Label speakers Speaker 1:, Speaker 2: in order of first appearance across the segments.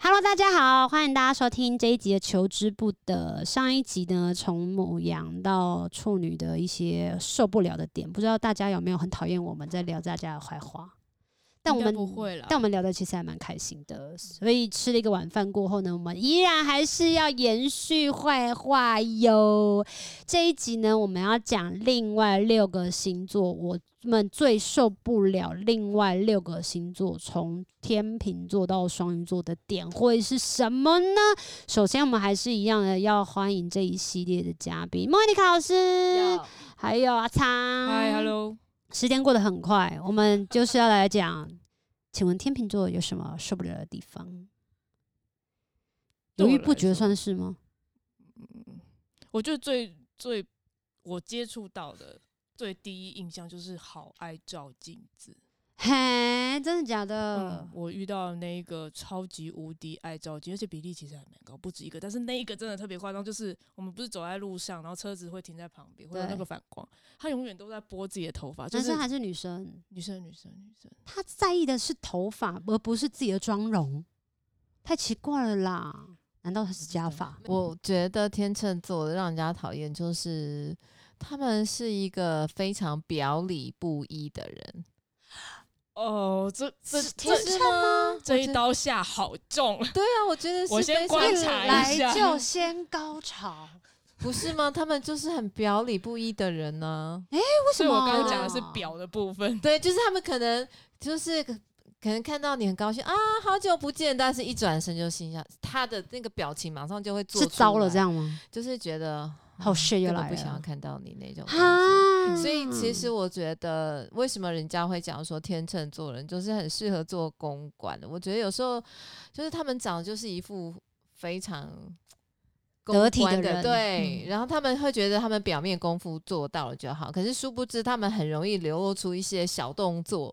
Speaker 1: Hello，大家好，欢迎大家收听这一集的求之不得。上一集呢，从母羊到处女的一些受不了的点，不知道大家有没有很讨厌我们在聊大家的坏话？但我
Speaker 2: 应
Speaker 1: 们
Speaker 2: 该不会啦
Speaker 1: 但我们聊的其实还蛮开心的。所以吃了一个晚饭过后呢，我们依然还是要延续坏话哟。这一集呢，我们要讲另外六个星座，我们最受不了另外六个星座，从天秤座到双鱼座的点会是什么呢？首先，我们还是一样的要欢迎这一系列的嘉宾，莫妮卡老师，还有阿昌。嗯
Speaker 2: 嗨，Hello，
Speaker 1: 时间过得很快，我们就是要来讲，请问天秤座有什么受不了的地方？
Speaker 2: 对
Speaker 1: 犹
Speaker 2: 我
Speaker 1: 豫不
Speaker 2: 来
Speaker 1: 决
Speaker 2: 说
Speaker 1: 算是吗？
Speaker 2: 嗯我觉得最最我接触到的最第一印象就是好爱照镜子。
Speaker 1: 嘿，真的假的？
Speaker 2: 嗯，我遇到那一个超级无敌爱照镜，而且比例其实还蛮高，不止一个。但是那一个真的特别夸张，就是我们不是走在路上，然后车子会停在旁边，会有那
Speaker 1: 对
Speaker 2: 个反光，他永远都在拨自己的头发，就
Speaker 1: 男
Speaker 2: 是
Speaker 1: 生还是女生？
Speaker 2: 女生女生女生，
Speaker 1: 他在意的是头发，而不是自己的妆容，太奇怪了啦！难道他是假发？
Speaker 2: 嗯
Speaker 3: 我觉得天秤座让人家讨厌，就是他们是一个非常表里不一的人。
Speaker 2: 哦，这这
Speaker 1: 是
Speaker 2: 这
Speaker 1: 天秤吗？
Speaker 2: 这
Speaker 3: 我
Speaker 2: 一
Speaker 3: 觉
Speaker 2: 刀下好重，
Speaker 3: 对啊，我觉得
Speaker 2: 我
Speaker 3: 是
Speaker 2: 先
Speaker 3: 非常
Speaker 2: 观
Speaker 1: 一
Speaker 2: 察一
Speaker 1: 来
Speaker 2: 下
Speaker 1: 就先高潮，
Speaker 3: 不是吗？他们就是很表里不一的人呢、
Speaker 1: 为什
Speaker 2: 所以
Speaker 1: 么？啊
Speaker 2: 我刚刚讲的是表的部分。
Speaker 3: 对，就是他们可能就是可能看到你很高兴啊，好久不见，但是一转身就心想他的那个表情马上就会做
Speaker 1: 是糟了
Speaker 3: 出来
Speaker 1: 这，样吗？
Speaker 3: 就是觉得嗯
Speaker 1: 好事又
Speaker 3: 根本
Speaker 1: 来
Speaker 3: 不想要
Speaker 1: 了
Speaker 3: 看到你那种感觉。
Speaker 1: 哈！
Speaker 3: 所以其实我觉得，为什么人家会讲说天秤座人就是很适合做公关的？我觉得有时候就是他们长得就是一副非常公
Speaker 1: 得体的
Speaker 3: 关
Speaker 1: 人
Speaker 3: 对，
Speaker 1: 嗯
Speaker 3: 然后他们会觉得他们表面功夫做到了就好，可是殊不知他们很容易流露出一些小动作。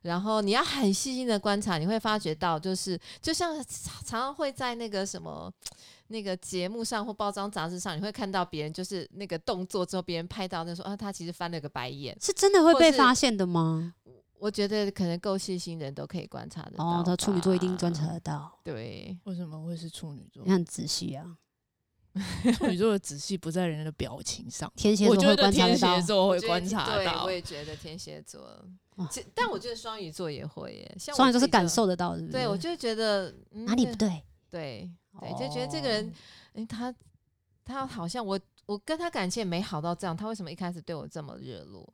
Speaker 3: 然后你要很细心的观察，你会发觉到，就是就像常常会在那个什么那个节目上或包装杂志上，你会看到别人就是那个动作之后，别人拍到那说啊，他其实翻了个白眼。
Speaker 1: 是真的会
Speaker 3: 或
Speaker 1: 被
Speaker 3: 是
Speaker 1: 发现的吗？
Speaker 3: 我觉得可能够细心的人都可以观察得到。
Speaker 1: 哦，他处女座一定观察。得到，
Speaker 3: 对，
Speaker 2: 为什么会是处 女座
Speaker 1: 你？很仔细啊。
Speaker 2: 处女座的仔细不在人的表情上，
Speaker 1: 天蝎
Speaker 2: 我
Speaker 1: 座
Speaker 2: 觉
Speaker 1: 会
Speaker 2: 得
Speaker 1: 观察
Speaker 2: 天
Speaker 1: 得到
Speaker 2: 蝎，座会
Speaker 3: 我觉得
Speaker 2: 观察
Speaker 3: 对
Speaker 2: 到
Speaker 3: 我。也觉得天蝎座
Speaker 1: 哇，
Speaker 3: 其但我觉得双鱼座也会耶。像我
Speaker 1: 双鱼座
Speaker 3: 自
Speaker 1: 是
Speaker 3: 己就
Speaker 1: 感，受得到的，是不
Speaker 3: 对
Speaker 1: 是
Speaker 3: 我就觉得、嗯
Speaker 1: 哪里不对？哦
Speaker 3: 对对，就觉得这个人，诶他他好像我我跟他感情也没好到这样，他为什么一开始对我这么热络？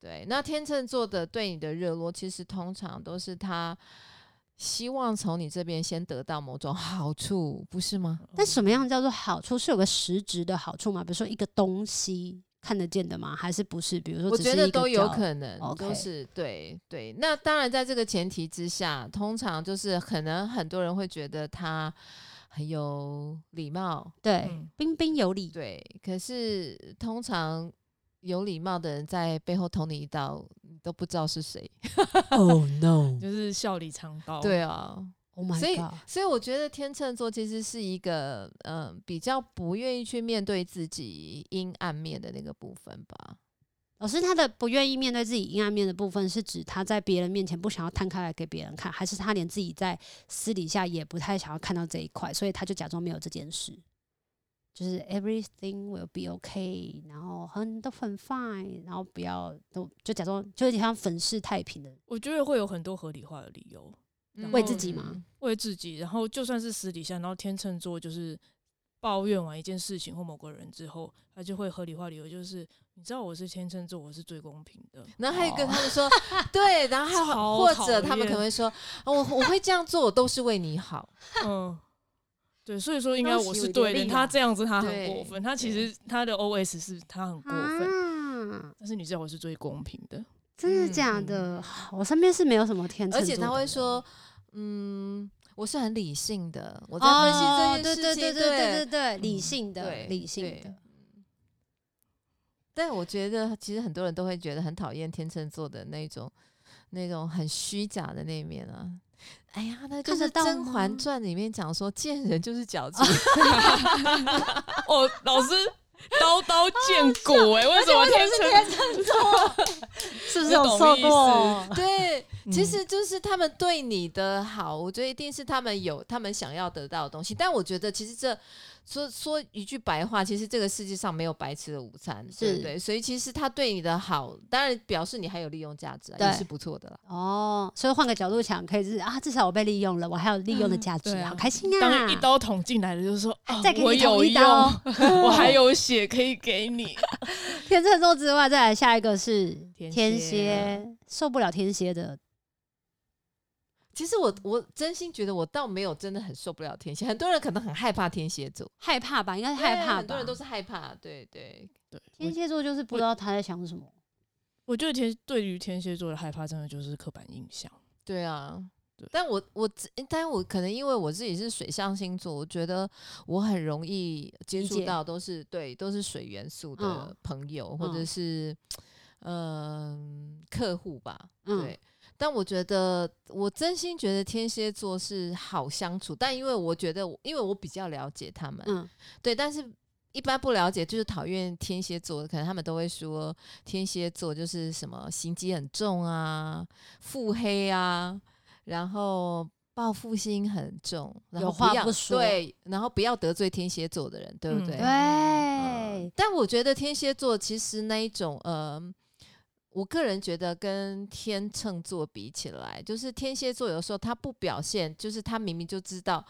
Speaker 3: 对，那天秤座的对你的热络，其实通常都是他希望从你这边先得到某种好处，不是吗？
Speaker 1: 但什么样叫做好处？是有个实质的好处吗？比如说一个东西看得见的吗？还是不是？比如说，
Speaker 3: 我觉得都有可能，
Speaker 1: OK
Speaker 3: 都是对对。那当然，在这个前提之下，通常就是可能很多人会觉得他很有礼貌，
Speaker 1: 对，
Speaker 2: 嗯
Speaker 1: 彬彬有 礼。
Speaker 3: 对，可是通常有礼貌的人在背后捅你一刀，你都不知道是谁。
Speaker 1: Oh no！Oh
Speaker 2: 就是笑里藏刀。，
Speaker 3: 对啊， 所以
Speaker 1: my god！
Speaker 3: 所以我觉得天秤座其实是一个嗯、呃比较不愿意去面对自己阴暗面的那个部分
Speaker 2: 嗯
Speaker 3: 吧。
Speaker 1: 老师，他的不愿意面对自己阴暗面的部分，是指他在别人面前不想要摊开来给别人看，还是他连自己在私底下也不太想要看到这一块，所以他就假装没有这件事？就是 everything will be okay，然后很都很 fine，然后不要都就假装就有点像粉饰太平的。
Speaker 2: 我觉得会有很多合理化的理由
Speaker 3: 嗯
Speaker 2: 为自己
Speaker 1: 吗？
Speaker 2: 为自己，然后就算是私底下，然后天秤座就是抱怨完一件事情或某个人之后，他就会合理化理由，就是你知道我是天秤座，我是最公平 的。
Speaker 3: 然后还有一个
Speaker 2: 哦
Speaker 3: 他们说， 对，然后 还
Speaker 2: 超
Speaker 3: 有或者
Speaker 2: 讨
Speaker 3: 他们可能
Speaker 2: 厌
Speaker 3: 会说，哦我我会这样做，我都是为你 好。
Speaker 2: 嗯，对，所以说应该
Speaker 1: 那
Speaker 2: 我
Speaker 1: 喜
Speaker 2: 是
Speaker 1: 为
Speaker 2: 对
Speaker 1: 点
Speaker 2: 的。
Speaker 1: 力
Speaker 2: 他
Speaker 1: 啦
Speaker 2: 这样子他很
Speaker 3: 对
Speaker 2: 过分，他其实他的 OS 是他很过分，
Speaker 1: 啊，
Speaker 2: 但是你知道我是最公平的。
Speaker 1: 真的假的？我身边是没有什么天秤
Speaker 3: 而
Speaker 1: 座的
Speaker 3: 且
Speaker 1: 人，
Speaker 3: 他会说，嗯，我是很理性的，我在分
Speaker 1: 哦，
Speaker 3: 析
Speaker 1: 对对
Speaker 3: 这件事
Speaker 1: 对
Speaker 3: 情，
Speaker 1: 对对对对，
Speaker 2: 嗯
Speaker 1: 理性的
Speaker 3: 对
Speaker 1: 理性
Speaker 3: 对
Speaker 1: 的，
Speaker 3: 但我觉得其实很多人都会觉得很讨厌天秤座的那种那种很虚假的那一面啊。哎呀，那就
Speaker 1: 看得
Speaker 3: 是《
Speaker 1: 到
Speaker 3: 甄
Speaker 1: 吗
Speaker 3: 嬛传》里面讲说，见人就 是矫情。
Speaker 2: 哦，老师刀刀见欸 骨哎、为什么天秤
Speaker 1: 是不
Speaker 2: 不
Speaker 1: 是有
Speaker 2: 懂
Speaker 1: 受
Speaker 2: 意
Speaker 1: 过？
Speaker 3: 对，
Speaker 2: 嗯
Speaker 3: 其实就是他们对你的好，我觉得一定是他们有他们想要得到的东西。但我觉得其实这说说一句白话，其实这个世界上没有白吃的午餐，对
Speaker 1: 是
Speaker 3: 不对？所以其实他对你的好，当然表示你还有利用价值、啊，也
Speaker 1: 对
Speaker 3: 是不错的啦。
Speaker 1: 哦，所以换个角度想，可以是啊，至少我被利用了，我还有利用的价值
Speaker 2: 对
Speaker 1: 啊，
Speaker 2: 啊
Speaker 1: 好开心啊！
Speaker 2: 当一刀捅进来了，就是说，啊
Speaker 1: 再给
Speaker 2: 我
Speaker 1: 你捅
Speaker 2: 有
Speaker 1: 一
Speaker 2: 用，，
Speaker 1: 刀
Speaker 2: 我还有血可以给你。
Speaker 1: 天秤座之外，再来下一个是
Speaker 2: 天
Speaker 1: 天
Speaker 2: 蝎
Speaker 1: 蝎，受不了天蝎的，
Speaker 3: 其实我我真心觉得我倒没有真的很受不了天蝎，很多人可能很害怕天蝎座，
Speaker 1: 害怕吧，应该是害
Speaker 3: 对
Speaker 1: 怕吧。
Speaker 3: 很多人都是害怕，对对。
Speaker 2: 对，
Speaker 1: 天
Speaker 2: 我
Speaker 1: 蝎座，就是不知道他在想什么。
Speaker 2: 我觉得天对于天蝎座的害怕，真的就是刻板印象。
Speaker 3: 对啊
Speaker 2: 对，
Speaker 3: 但我我自但我可能因为我自己是水象星座，我觉得我很容易接
Speaker 1: 理
Speaker 3: 触
Speaker 1: 解
Speaker 3: 到都是对都是水元素
Speaker 1: 嗯
Speaker 3: 的朋友、或者
Speaker 1: 嗯
Speaker 3: 是嗯、客户吧，
Speaker 1: 嗯
Speaker 3: 对。但我觉得，我真心觉得天蝎座是好相处，但因为我觉得我，因为我比较了解他们，
Speaker 1: 嗯，
Speaker 3: 对，但是一般不了解，就是讨厌天蝎座，可能他们都会说天蝎座就是什么心机很重啊，腹黑啊，然后报复心很重，然
Speaker 1: 有
Speaker 3: 后
Speaker 1: 话
Speaker 3: 不要
Speaker 1: 不说
Speaker 3: 对，然后不要得罪天蝎座的人，对不
Speaker 2: 嗯
Speaker 3: 对？嗯
Speaker 1: 对，
Speaker 3: 但我觉得天蝎座其实那一种呃。我个人觉得跟天秤座比起来，就是天蝎座有时候他不表现，就是他明明就知道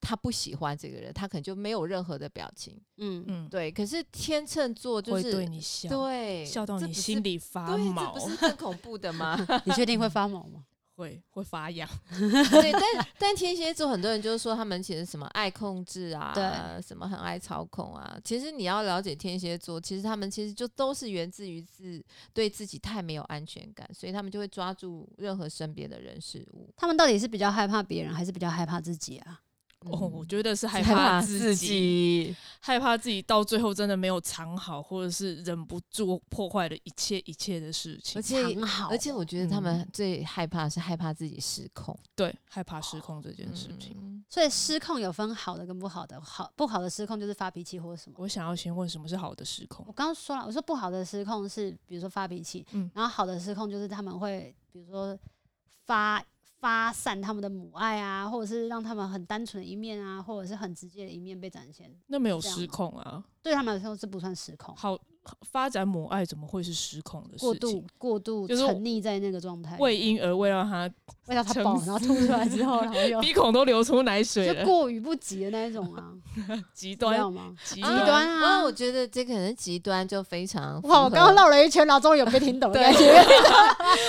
Speaker 3: 他不喜欢这个人，他可能就没有任何的表情。
Speaker 1: 嗯，
Speaker 2: 嗯，
Speaker 3: 对，可是天秤座就
Speaker 2: 会
Speaker 3: 是
Speaker 2: 对你笑，
Speaker 3: 对
Speaker 2: 笑到
Speaker 3: 这
Speaker 2: 你
Speaker 3: 不是
Speaker 2: 心里发
Speaker 3: 对，
Speaker 2: 毛
Speaker 3: 这 不，是更恐怖的吗？
Speaker 1: 你确定会发毛吗？
Speaker 2: 会会发痒。
Speaker 3: 对，但但天蝎座很多人就是说他们其实什么爱控制啊，
Speaker 1: 对，
Speaker 3: 什么很爱操控啊。其实你要了解天蝎座，其实他们其实就都是源自于自对自己太没有安全感，所以他们就会抓住任何身边的人事物。
Speaker 1: 他们到底是比较害怕别人，还是比较害怕自己啊？
Speaker 2: 哦，我觉得是
Speaker 3: 得
Speaker 2: 害
Speaker 3: 怕
Speaker 2: 自己，
Speaker 3: 己。
Speaker 2: 害怕自己到最后真的没有藏好，或者是忍不住破坏了一切一切的事情
Speaker 3: 而。且
Speaker 1: 藏好，哦
Speaker 3: 而且我觉得他们
Speaker 2: 嗯
Speaker 3: 最害怕是害怕自己失控
Speaker 2: 对，害怕失控这件事情。
Speaker 3: 嗯
Speaker 1: 所以失控有分好的跟不好的，好不好的失控就是发脾气或者什么。
Speaker 2: 我想要先问什么是好的失控
Speaker 1: 我？刚刚说了，我说不好的失控是比如说发脾气，
Speaker 2: 嗯
Speaker 1: 然后好的失控就是他们会比如说发发散他们的母爱啊，或者是让他们很单纯的一面啊，或者是很直接的一面被展现，
Speaker 2: 那没有
Speaker 1: 这样
Speaker 2: 失
Speaker 1: 吗
Speaker 2: 控啊，
Speaker 1: 对他们来说这不算失控，
Speaker 2: 好发展母爱怎么会是失控的
Speaker 1: 过
Speaker 2: 事
Speaker 1: 度
Speaker 2: 情？
Speaker 1: 过度
Speaker 2: 就是
Speaker 1: 沉溺在那个状态，
Speaker 2: 为婴儿喂到他
Speaker 1: 喂到他
Speaker 2: 沉
Speaker 1: 饱，
Speaker 2: 思
Speaker 1: 然后吐出来之 后，然后又
Speaker 2: 鼻孔都流出奶水
Speaker 1: 就
Speaker 2: 了，
Speaker 1: 过于不及的那一种 啊，
Speaker 2: 极
Speaker 1: 知
Speaker 2: 端
Speaker 1: 道吗？
Speaker 2: 极
Speaker 1: 极
Speaker 3: 啊
Speaker 2: 端。
Speaker 1: 端
Speaker 3: 啊，
Speaker 1: 啊
Speaker 3: 我！觉得这可能极端就非常
Speaker 1: 哇，我
Speaker 3: 符合
Speaker 1: 刚刚绕了一圈，然后终于有被听 懂的感觉。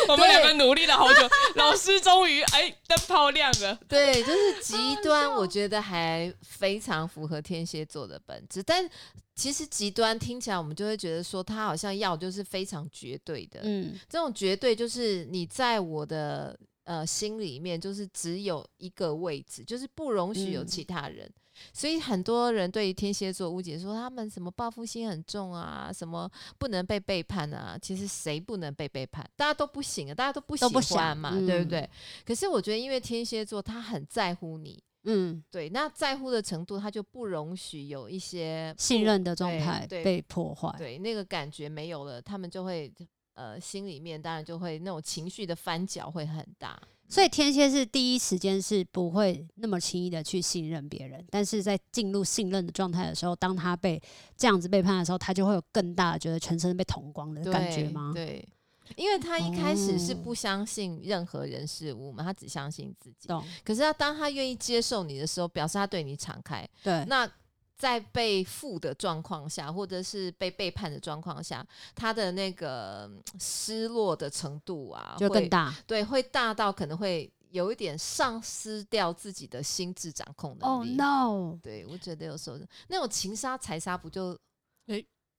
Speaker 2: 我们两个努力了好久，老师终于哎灯泡亮了。
Speaker 3: 对，就是极端，我觉得还非常符合天蝎座的本质。但其实极端听起来，我们就会觉得说，他好像要就是非常绝对的。
Speaker 1: 嗯，
Speaker 3: 这种绝对就是你在我的呃心里面，就是只有一个位置，就是不容许有
Speaker 1: 嗯
Speaker 3: 其他人。所以很多人对于天蝎座误解说他们什么报复心很重啊，什么不能被背叛啊。其实谁不能被背叛？大家都不行啊，大家都不喜
Speaker 1: 都不
Speaker 3: 欢
Speaker 1: 想
Speaker 3: 嘛，
Speaker 1: 嗯
Speaker 3: 对不对？可是我觉得，因为天蝎座他很在乎你，
Speaker 1: 嗯，
Speaker 3: 对，那在乎的程度，他就不容许有一些
Speaker 1: 信任的状
Speaker 3: 对
Speaker 1: 态
Speaker 3: 对
Speaker 1: 被破坏，
Speaker 3: 对那个感觉没有了，他们就会呃心里面当然就会那种情绪的翻搅会很大。
Speaker 1: 所以天蝎是第一时间是不会那么轻易的去信任别人，但是在进入信任的状态的时候，当他被这样子背叛的时候，他就会有更大的觉得全身被捅光的感觉
Speaker 3: 对
Speaker 1: 吗？
Speaker 3: 对，因为他一开始是
Speaker 1: 哦
Speaker 3: 不相信任何人事物嘛，他只相信自己。
Speaker 1: 懂？
Speaker 3: 可是他当他愿意接受你的时候，表示他对你敞开。
Speaker 1: 对，
Speaker 3: 那在被负的状况下，或者是被背叛的状况下，他的那个嗯失落的程度啊，
Speaker 1: 就
Speaker 3: 会
Speaker 1: 更大
Speaker 3: 对，会大到可能会有一点丧失掉自己的心智掌控能
Speaker 1: 哦
Speaker 3: 力。
Speaker 1: no！
Speaker 3: 对，我觉得有时候那种情杀、财杀，不就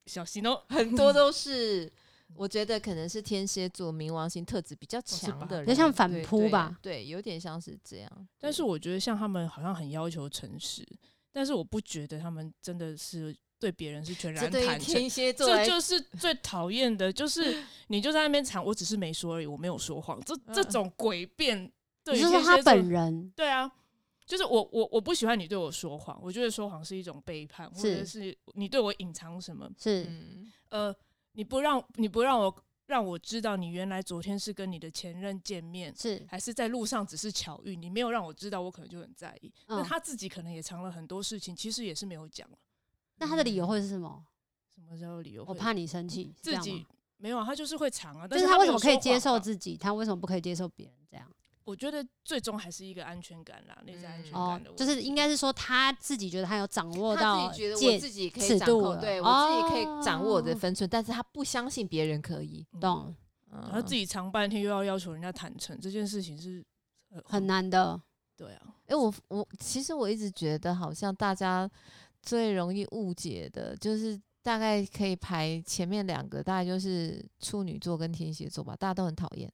Speaker 2: 小心 哦，
Speaker 3: 很多都是？我觉得可能是天蝎座冥王星特质比较
Speaker 2: 是
Speaker 3: 强
Speaker 2: 吧
Speaker 3: 的人，
Speaker 1: 比较像反
Speaker 3: 对
Speaker 1: 扑
Speaker 3: 对
Speaker 1: 吧
Speaker 3: 对，有点像是这样。
Speaker 2: 但
Speaker 3: 对
Speaker 2: 是我觉得像他们好像很要求诚实，但是我不觉得他们真的是对别人是全
Speaker 3: 这
Speaker 2: 然
Speaker 3: 对于
Speaker 2: 坦诚。
Speaker 3: 天蝎座
Speaker 2: 这
Speaker 3: 来
Speaker 2: 就是最讨厌的，就是你就在那边藏，我只是没说而已，我没有说谎。这这
Speaker 3: 嗯
Speaker 2: 种诡辩，对
Speaker 1: 你
Speaker 2: 于
Speaker 1: 是说
Speaker 2: 天
Speaker 1: 他
Speaker 2: 蝎座
Speaker 1: 本人
Speaker 2: 对啊，就是我我我不喜欢你对我说谎，我觉得说谎是一种背叛，或者
Speaker 1: 是
Speaker 2: 是你对我隐藏什么。
Speaker 1: 是
Speaker 3: 嗯
Speaker 2: 呃，你不让你不让我让我知道你原来昨天是跟你的前任见面，
Speaker 1: 是
Speaker 2: 还是在路上只是巧遇，你没有让我知道，我可能就很在意。那、
Speaker 1: 嗯
Speaker 2: 他自己可能也藏了很多事情，其实也是没有讲了
Speaker 1: 那他的理由会是什么？
Speaker 2: 什么时候理由会？
Speaker 1: 我怕你生气，是这
Speaker 2: 自
Speaker 1: 样
Speaker 2: 己
Speaker 1: 吗。
Speaker 2: 没有啊，他就是会藏啊。
Speaker 1: 就
Speaker 2: 但
Speaker 1: 是
Speaker 2: 他
Speaker 1: 他为什么可以
Speaker 2: 没有说
Speaker 1: 接
Speaker 2: 谎
Speaker 1: 受
Speaker 2: 啊？
Speaker 1: 自己，他为什么不可以接受别人这样？
Speaker 2: 我觉得最终还是一个安全感啦，内在安全
Speaker 3: 嗯
Speaker 1: 哦
Speaker 2: 感的问，题。
Speaker 1: 就是应该是说他自己觉得他有掌握
Speaker 3: 他
Speaker 1: 到
Speaker 3: 自己觉得我
Speaker 1: 界
Speaker 3: 自己可
Speaker 1: 尺
Speaker 3: 以掌
Speaker 1: 度
Speaker 3: 控，
Speaker 1: 了
Speaker 3: 对我自己可
Speaker 1: 哦
Speaker 3: 以掌握我的分寸，但是他不相信别人可以，
Speaker 2: 嗯
Speaker 1: 懂
Speaker 2: 然后自
Speaker 3: 己。
Speaker 2: 己藏半天，又要要求人家坦诚，这件事情是呃
Speaker 1: 很难的。
Speaker 2: 对啊。
Speaker 3: 哎、我我其实我一直觉得，好像大家最容易误解的，就是大概可以排前面两个，大概就是处女座跟天蝎座吧，大家都很讨厌。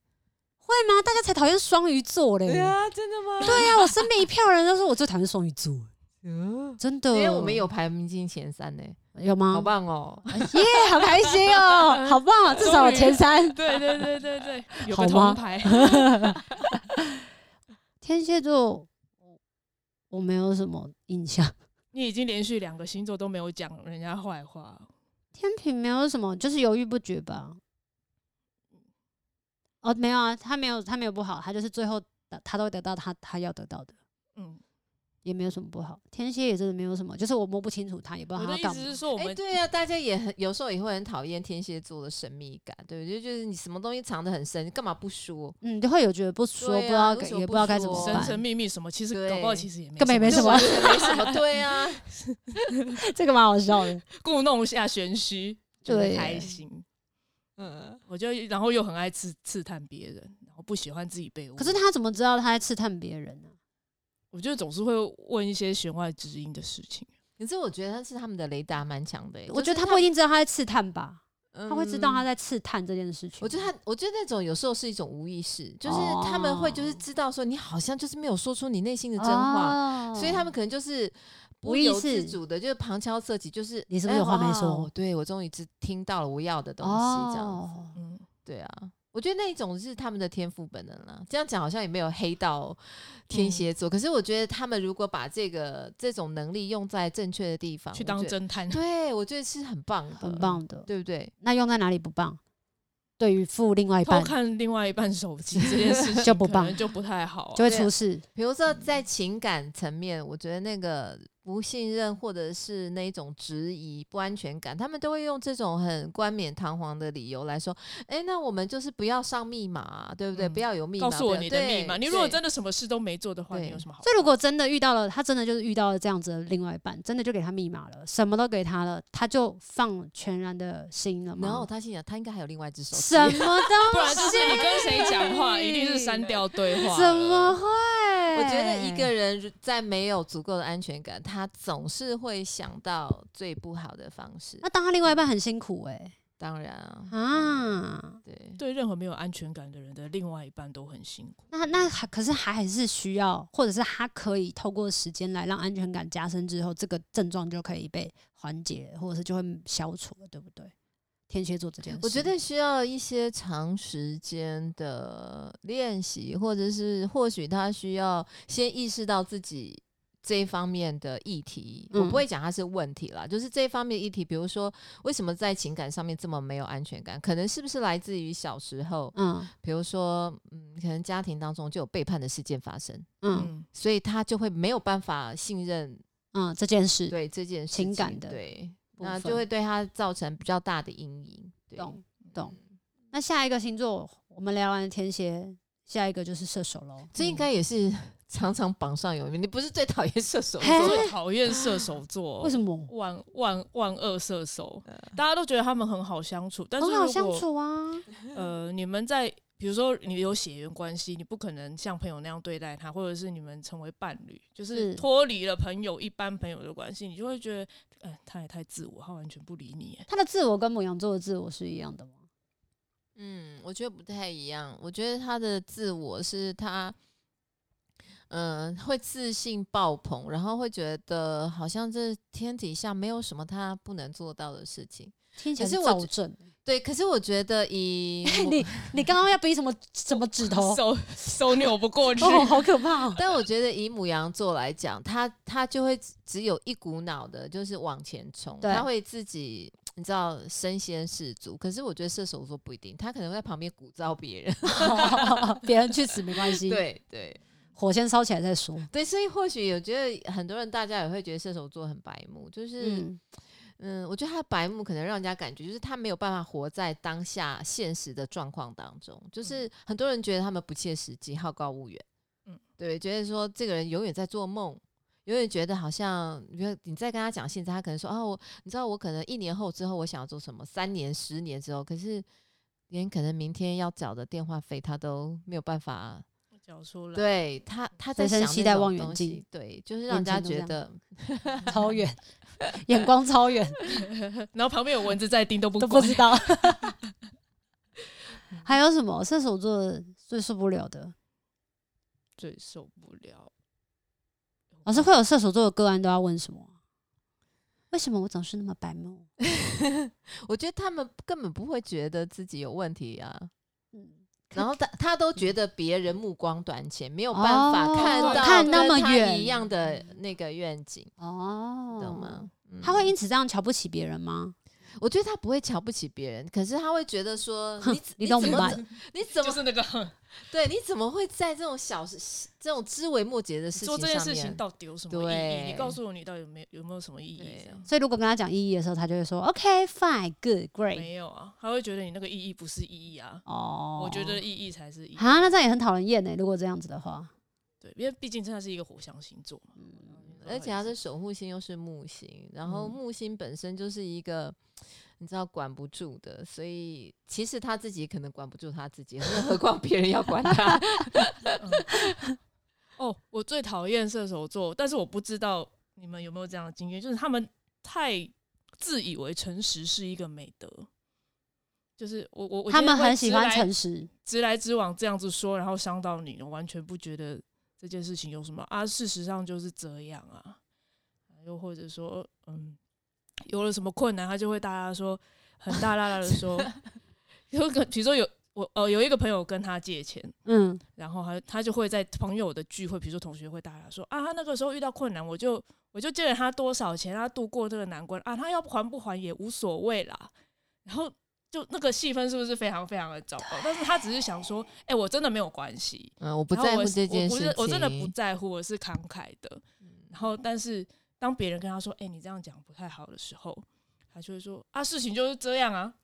Speaker 1: 会吗？大家才讨厌双鱼座嘞！对呀、
Speaker 3: 啊，真的吗？
Speaker 1: 我身边一票人都说我最讨厌双鱼座，
Speaker 3: 嗯，
Speaker 1: 真的。
Speaker 3: 因为我们有排名进前三呢、
Speaker 1: 有吗？
Speaker 3: 好棒哦！
Speaker 1: 耶好开心哦，好棒哦，至少有前三。
Speaker 2: 对对对对对，有
Speaker 1: 好
Speaker 2: 个
Speaker 1: 吗
Speaker 2: 铜牌。
Speaker 1: 天蝎座，我我没有什么印象。
Speaker 2: 你已经连续两个星座都没有讲人家坏话，
Speaker 1: 天平没有什么，就是犹豫不决吧。哦，没有啊，他没有，他没有不好，他就是最后得他都会得到他他要得到的，
Speaker 2: 嗯，
Speaker 1: 也没有什么不好。天蝎也真的没有什么，就是我摸不清楚他，也不知
Speaker 2: 我
Speaker 1: 道
Speaker 2: 的
Speaker 1: 他
Speaker 2: 意
Speaker 1: 要干
Speaker 2: 思
Speaker 1: 嘛啊
Speaker 2: 是。说，我
Speaker 3: 哎、
Speaker 2: 们
Speaker 3: 对呀、大家也很有时候也会很讨厌天蝎座的神秘感，对不对？就是你什么东西藏得很深，干嘛不说？
Speaker 1: 嗯，就会有觉得不说，
Speaker 3: 对啊
Speaker 1: 不知道该
Speaker 3: 为什么
Speaker 1: 也
Speaker 3: 不
Speaker 1: 不知道该怎么
Speaker 3: 说
Speaker 2: 神
Speaker 1: 办。
Speaker 2: 神秘秘什么，其实
Speaker 3: 对
Speaker 2: 搞不好其实也
Speaker 1: 根本也没
Speaker 2: 什
Speaker 1: 什
Speaker 2: 么
Speaker 1: 么
Speaker 3: 就完全没什么，对啊，
Speaker 1: 这个蛮好笑的。
Speaker 2: 故弄一下 玄虚，就
Speaker 1: 对
Speaker 2: 很开心。
Speaker 3: 嗯，
Speaker 2: 我就然后又很爱刺刺探别人，然后不喜欢自己被 误。
Speaker 1: 可是，他怎么知道他在刺探别人呢、
Speaker 2: 我觉得总是会问一些弦外之音的事情。啊
Speaker 3: 可是我觉得他是他们的雷达蛮强的、欸，
Speaker 1: 我觉得他不一定知道他在刺探吧，他会知道他在刺探这件事情。
Speaker 3: 嗯我觉得他，我觉得那种有时候是一种无意识，就是他们会就是知道说你好像就是没有说出你内心的真话，
Speaker 1: 哦
Speaker 3: 所以他们可能就是
Speaker 1: 无
Speaker 3: 不
Speaker 1: 意
Speaker 3: 由
Speaker 1: 识
Speaker 3: 自主的，就是旁敲侧击，就是
Speaker 1: 你是不是有话没说
Speaker 3: 哎哦对我终于知听到了我要的东西，这样子，
Speaker 1: 哦，
Speaker 2: 嗯，
Speaker 3: 对啊。我觉得那一种是他们的天赋本能啦，这样讲好像也没有黑到
Speaker 1: 嗯
Speaker 3: 天蝎座，可是我觉得他们如果把这个这种能力用在正确的地方，
Speaker 2: 去
Speaker 3: 我
Speaker 2: 当
Speaker 3: 觉得，
Speaker 2: 侦探，
Speaker 3: 对我觉得是很棒的，
Speaker 1: 很，棒的。
Speaker 3: 嗯对不对？
Speaker 1: 那用在哪里不棒？对于付另外一
Speaker 2: 偷
Speaker 1: 半
Speaker 2: 看另外一半手机这 件事情
Speaker 1: 就不
Speaker 2: 可
Speaker 1: 棒
Speaker 2: 能就不太好啊、
Speaker 1: 就会出事。
Speaker 3: 比如
Speaker 2: 嗯
Speaker 3: 说在情感层面，我觉得那个不信任或者是那一种质疑、不安全感，他们都会用这种很冠冕堂皇的理由来说：“哎，那我们就是不要上密码啊、对不对？
Speaker 2: 嗯
Speaker 3: 不要有密码，
Speaker 2: 告诉我你的
Speaker 3: 不要
Speaker 2: 密码。你如果真
Speaker 3: 的
Speaker 2: 的什么事都没做的话，
Speaker 3: 对
Speaker 2: 你有什么好？
Speaker 1: 所以如果真的遇到了，他真的就是遇到了这样子的另外一半，真的就给他密码了，什么都给他了，他就放全然的心了吗？
Speaker 3: 然后他心想，他应该还有另外一只手机
Speaker 1: 什，么 都
Speaker 2: 不然就是你跟谁讲话，一定是删 掉对话了。
Speaker 1: 怎么会？我
Speaker 3: 我觉得一个人如在没有足够的安全感，他总是会想到最不好的方式
Speaker 1: 那。当他另外一半很辛苦哎、
Speaker 3: 当然啊，
Speaker 1: 啊，
Speaker 3: 对，
Speaker 2: 对任何没有安全感的人的另外一半都很辛苦。
Speaker 1: 那那还可是还还是需要，或者是他可以透过时间来让安全感加深之后，这个症状就可以被缓解，或者是就会消除了，对不对？天蝎座这件事，
Speaker 3: 我觉得需要一些长时间的练习，或者是或许他需要先意识到自己这一方面的议题。我
Speaker 1: 嗯
Speaker 3: 不会讲它是问题啦，就是这一方面的议题，比如说为什么在情感上面这么没有安全感，可能是不是来自于小时候，
Speaker 1: 嗯
Speaker 3: 比如说嗯，可能家庭当中就有背叛的事件发生，
Speaker 1: 嗯
Speaker 2: 嗯，
Speaker 3: 所以他就会没有办法信任
Speaker 1: 嗯，这件事
Speaker 3: 对这件事
Speaker 1: 情感
Speaker 3: 情
Speaker 1: 的
Speaker 3: 对，
Speaker 1: 部
Speaker 3: 那
Speaker 1: 分
Speaker 3: 就会对他造成比较大的阴影。对
Speaker 1: 懂懂。那下一个星座，我们聊完天蝎，下一个就是射手嗯喽。
Speaker 3: 这应该也是 常常榜上有名。你不是最讨厌射手
Speaker 1: 嘿
Speaker 3: 座？
Speaker 2: 最讨厌射手座，
Speaker 1: 哎为什
Speaker 2: 么？
Speaker 1: 么？嗯
Speaker 2: 万万万恶射手，大家都觉得他们很好相处，但是
Speaker 1: 很
Speaker 2: 如
Speaker 1: 好
Speaker 2: 果
Speaker 1: 相处啊，
Speaker 2: 呃，你们在比如说你有血缘关系，你不可能像朋友那样对待他，或者是你们成为伴侣，就是
Speaker 1: 是
Speaker 2: 脱离了朋友一般朋友的关系，你就会觉得，哎、他也太自我，他完全不理你耶。
Speaker 1: 他的自我跟母羊座的自我是一样的吗？
Speaker 3: 嗯，我觉得不太一样。我觉得他的自我是他，嗯、会自信爆棚，然后会觉得好像这天底下没有什么他不能做到的事情。
Speaker 1: 听起来
Speaker 3: 可是我
Speaker 1: 躁
Speaker 3: 觉
Speaker 1: 症。
Speaker 3: 对，可是我觉得以 我
Speaker 1: 你你刚刚要比什么什么指 头？
Speaker 2: 手手扭不过去，
Speaker 1: 哦，好可怕哦！
Speaker 3: 但我觉得以母羊座来讲，他他就会只只有一股脑的，就是往前冲，
Speaker 1: 对
Speaker 3: 他会自己你知道身先士卒，可是我觉得射手座不一定，他可能会在旁边鼓噪别人。
Speaker 1: 别人去死没关系，
Speaker 3: 对对
Speaker 1: 火先烧起来再说。
Speaker 3: 对，所以或许我觉得很多人大家也会觉得射手座很白目，就是
Speaker 1: 嗯，
Speaker 3: 嗯我觉得他的白目可能让人家感觉就是他没有办法活在当下现实的状况当中，就是很多人觉得他们不切实际、好高骛远，嗯
Speaker 2: 嗯，
Speaker 3: 对，觉得说这个人永远在做梦。永远觉得好像，比如你再跟他讲现在，他可能说哦，我你知道我可能一年后之后我想要做什么，三年、十年之后，可是连可能明天要缴的电话费他都没有办法
Speaker 2: 讲出来，
Speaker 3: 对他，他在
Speaker 1: 随身
Speaker 3: 想
Speaker 1: 携
Speaker 3: 那
Speaker 1: 带
Speaker 3: 种
Speaker 1: 望远
Speaker 3: 东西
Speaker 1: 镜，
Speaker 3: 对，就是让
Speaker 1: 眼
Speaker 3: 人家
Speaker 1: 睛都
Speaker 3: 觉
Speaker 1: 这
Speaker 3: 得
Speaker 1: 超远， 眼光超 远
Speaker 2: 然后旁边有蚊子在叮都不
Speaker 1: 都
Speaker 2: 管，
Speaker 1: 不知道。 还有什么射手座最受不了的？
Speaker 2: 最受不了。
Speaker 1: 老师会有射手座的个案都要问什么？为什么我总是那么白目？
Speaker 3: 我觉得他们根本不会觉得自己有问题啊。
Speaker 1: 嗯，可
Speaker 3: 然后他嗯他都觉得别人目光短浅，没有办法看
Speaker 1: 哦
Speaker 3: 到
Speaker 1: 看那
Speaker 3: 跟
Speaker 1: 么
Speaker 3: 他
Speaker 1: 远
Speaker 3: 一样的那个愿景，
Speaker 1: 哦，
Speaker 3: 懂吗？嗯
Speaker 1: 他会因此这样瞧不起别人吗？
Speaker 3: 我觉得他不会瞧不起别人，可是他会觉得说
Speaker 1: 哼
Speaker 3: 你怎
Speaker 1: 你
Speaker 3: 你
Speaker 1: 懂
Speaker 3: 怎
Speaker 1: 吧
Speaker 3: 么你怎
Speaker 2: 就
Speaker 3: 么
Speaker 2: 是那个，
Speaker 3: 对你怎么会在这种小事这种枝微末节的事情
Speaker 2: 做这件
Speaker 3: 上
Speaker 2: 事情
Speaker 3: 面？
Speaker 2: 到底有什么意义？
Speaker 3: 对
Speaker 2: 你告诉我，你到底有没有有没有什么意义？
Speaker 3: 对
Speaker 2: 这样
Speaker 1: 所以如果跟他讲意义的时候，他就会说 “OK, fine, good, great”。
Speaker 2: 没有啊，他会觉得你那个意义不是意义啊。
Speaker 1: 哦，
Speaker 2: 我觉得意义才是意义，
Speaker 1: 啊，那这样也很讨人厌呢。如果这样子的话，
Speaker 2: 对，因为毕竟真的是一个火象星座嘛，
Speaker 1: 嗯
Speaker 3: 而且他的守护星又是木星，然后
Speaker 2: 嗯
Speaker 3: 木星本身就是一个你知道管不住的，所以其实他自己可能管不住他自己，那何况别人要管他？
Speaker 2: 哦，我最讨厌射手座，但是我不知道你们有没有这样的经验，就是他们太自以为诚实是一个美德，就是我我我
Speaker 1: 他
Speaker 2: 觉得
Speaker 1: 们
Speaker 2: 会
Speaker 1: 很喜
Speaker 2: 直
Speaker 1: 欢
Speaker 2: 来
Speaker 1: 诚实。
Speaker 2: 直来直往这样子说，然后伤到你，我完全不觉得这件事情有什么啊。事实上就是这样啊，又或者说，嗯，有了什么困难，他就会大家说很大啦啦的 说，有个比如说有我呃有一个朋友跟他借钱，
Speaker 1: 嗯，
Speaker 2: 然后他他就会在朋友的聚会，比如说同学会，大家说啊，他那个时候遇到困难，我就我就借了他多少钱，他度过这个难关啊，他要还不还也无所谓啦。然后就那个气氛是不是非常非常的糟糕？但是他只是想说，哎、我真的没有关系，
Speaker 3: 嗯，我不
Speaker 2: 然后
Speaker 3: 在乎
Speaker 2: 我是
Speaker 3: 这件事情，嗯
Speaker 2: 我不是我真的不在乎，我是慷慨的。然后，但是当别人跟他说，哎、你这样讲不太好的时候，他就会说啊，事情就是这样啊，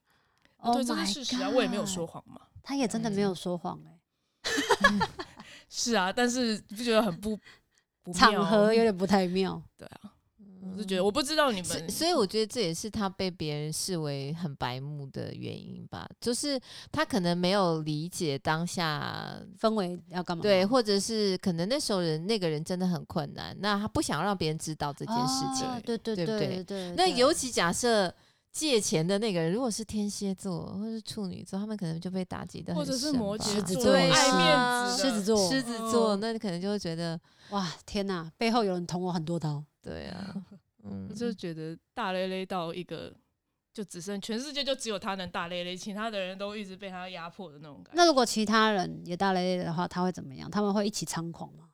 Speaker 2: 啊
Speaker 1: Oh
Speaker 2: 对，这是
Speaker 1: my
Speaker 2: 事实啊，我也没有
Speaker 1: God
Speaker 2: 说谎嘛。
Speaker 1: 他也真的没有说谎哎、
Speaker 2: 是啊，但是你不觉得很不不妙
Speaker 1: 欸场合有
Speaker 2: 吗
Speaker 1: 点不太妙。
Speaker 2: 对啊，我是觉
Speaker 3: 嗯
Speaker 2: 得我不知道你
Speaker 3: 所以
Speaker 2: 们
Speaker 3: 所以我觉得这也是他被别人视为很白目的原因吧，就是他可能没有理解当下，
Speaker 1: 氛围要干嘛？
Speaker 3: 对，，或者是可能那时候人那个人真的很困难，那他不想让别人知道这
Speaker 1: 这
Speaker 3: 件事
Speaker 2: 啊
Speaker 3: 情。
Speaker 1: 对对
Speaker 3: 哦对不对
Speaker 1: 对对。
Speaker 3: 那
Speaker 1: 对
Speaker 3: 尤其假设借钱的那个人如果是天蝎座或是处女座，他们可能就被打击的
Speaker 2: 或者是摩羯
Speaker 1: 狮子
Speaker 2: 座
Speaker 1: 座
Speaker 3: 对
Speaker 2: 爱
Speaker 3: 啊
Speaker 2: 面子的
Speaker 1: 狮子座，
Speaker 3: 狮子座，
Speaker 2: 哦
Speaker 3: 那可能就会 觉得
Speaker 1: 哇，天哪，背后有人捅我很多刀。
Speaker 3: 对啊，嗯
Speaker 2: 我，就觉得大咧咧到一个就只剩全世界就只有他能大咧咧，其他的人都一直被他压迫的那种感觉。
Speaker 1: 那如果其他人也大咧咧的话，他会怎么样？他们会一起猖狂吗？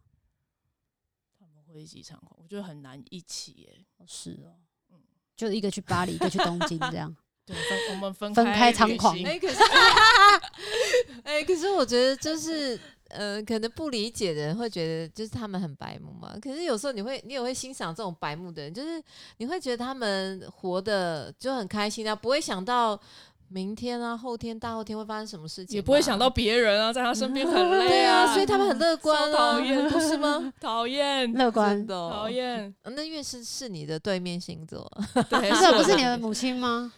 Speaker 2: 他们会一起猖狂，我觉得很难一起耶。
Speaker 1: 哦是哦
Speaker 2: 嗯，
Speaker 1: 就一个去巴黎，一个去东京，这 样
Speaker 2: 对，分我们分
Speaker 1: 分开
Speaker 2: 开
Speaker 1: 猖
Speaker 2: 旅
Speaker 1: 狂
Speaker 2: 行
Speaker 3: 哎、可是， 哎、可是我觉得就是，呃，可能不理解的人会觉得就是他们很白目嘛。可是有时候你会，你也会欣赏这种白目的人，就是你会觉得他们活的就很开心啊，不会想到明天啊、后天、大后天会发生什么事情，
Speaker 2: 也不会想到。别人啊，在他身边很累
Speaker 3: 对啊，所以
Speaker 2: 他
Speaker 3: 他们很乐观啊，
Speaker 2: 嗯讨厌
Speaker 3: 不是吗？
Speaker 2: 讨厌
Speaker 1: 乐观
Speaker 3: 真。的哦、
Speaker 2: 讨厌，
Speaker 3: 呃那越是是你的对面星座，
Speaker 2: 对，
Speaker 1: 不是啊不
Speaker 2: 我
Speaker 1: 是你的 母亲吗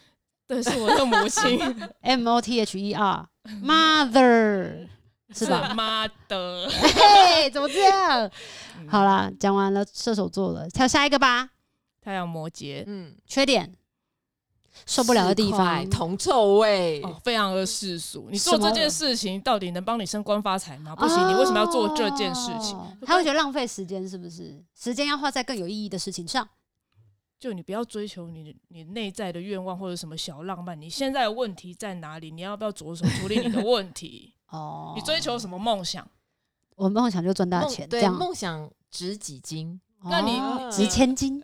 Speaker 2: 对，是我的母亲，
Speaker 1: ？M O T H E R mother 是吧？
Speaker 2: 妈 的，
Speaker 1: 嘿，怎么这样？
Speaker 2: 嗯
Speaker 1: 好啦，讲完了射手座了，跳下一个吧。
Speaker 2: 太阳摩羯
Speaker 3: 嗯，
Speaker 1: 缺点受不了的地
Speaker 3: 四块
Speaker 1: 方，
Speaker 3: 铜臭味，
Speaker 2: 哦，非常的世俗。你做
Speaker 1: 什么
Speaker 2: 这件事情到底能帮你升官发财吗？不行，你为什么要做这件事情？
Speaker 1: 哦他会觉得浪费时间，是不是？时间要花在更有意义的事情上。
Speaker 2: 就你不要追求你你内在的愿望或者什么小浪漫。你现在的问题在哪里？你要不要着手处理你的 问题？
Speaker 1: 哦，
Speaker 2: 你追求什么梦想？
Speaker 1: 我梦想就赚大
Speaker 3: 梦
Speaker 1: 钱，这
Speaker 3: 对
Speaker 1: 样。
Speaker 3: 梦想值几斤？
Speaker 2: 那你嗯
Speaker 1: 哦
Speaker 2: 你
Speaker 1: 值千金，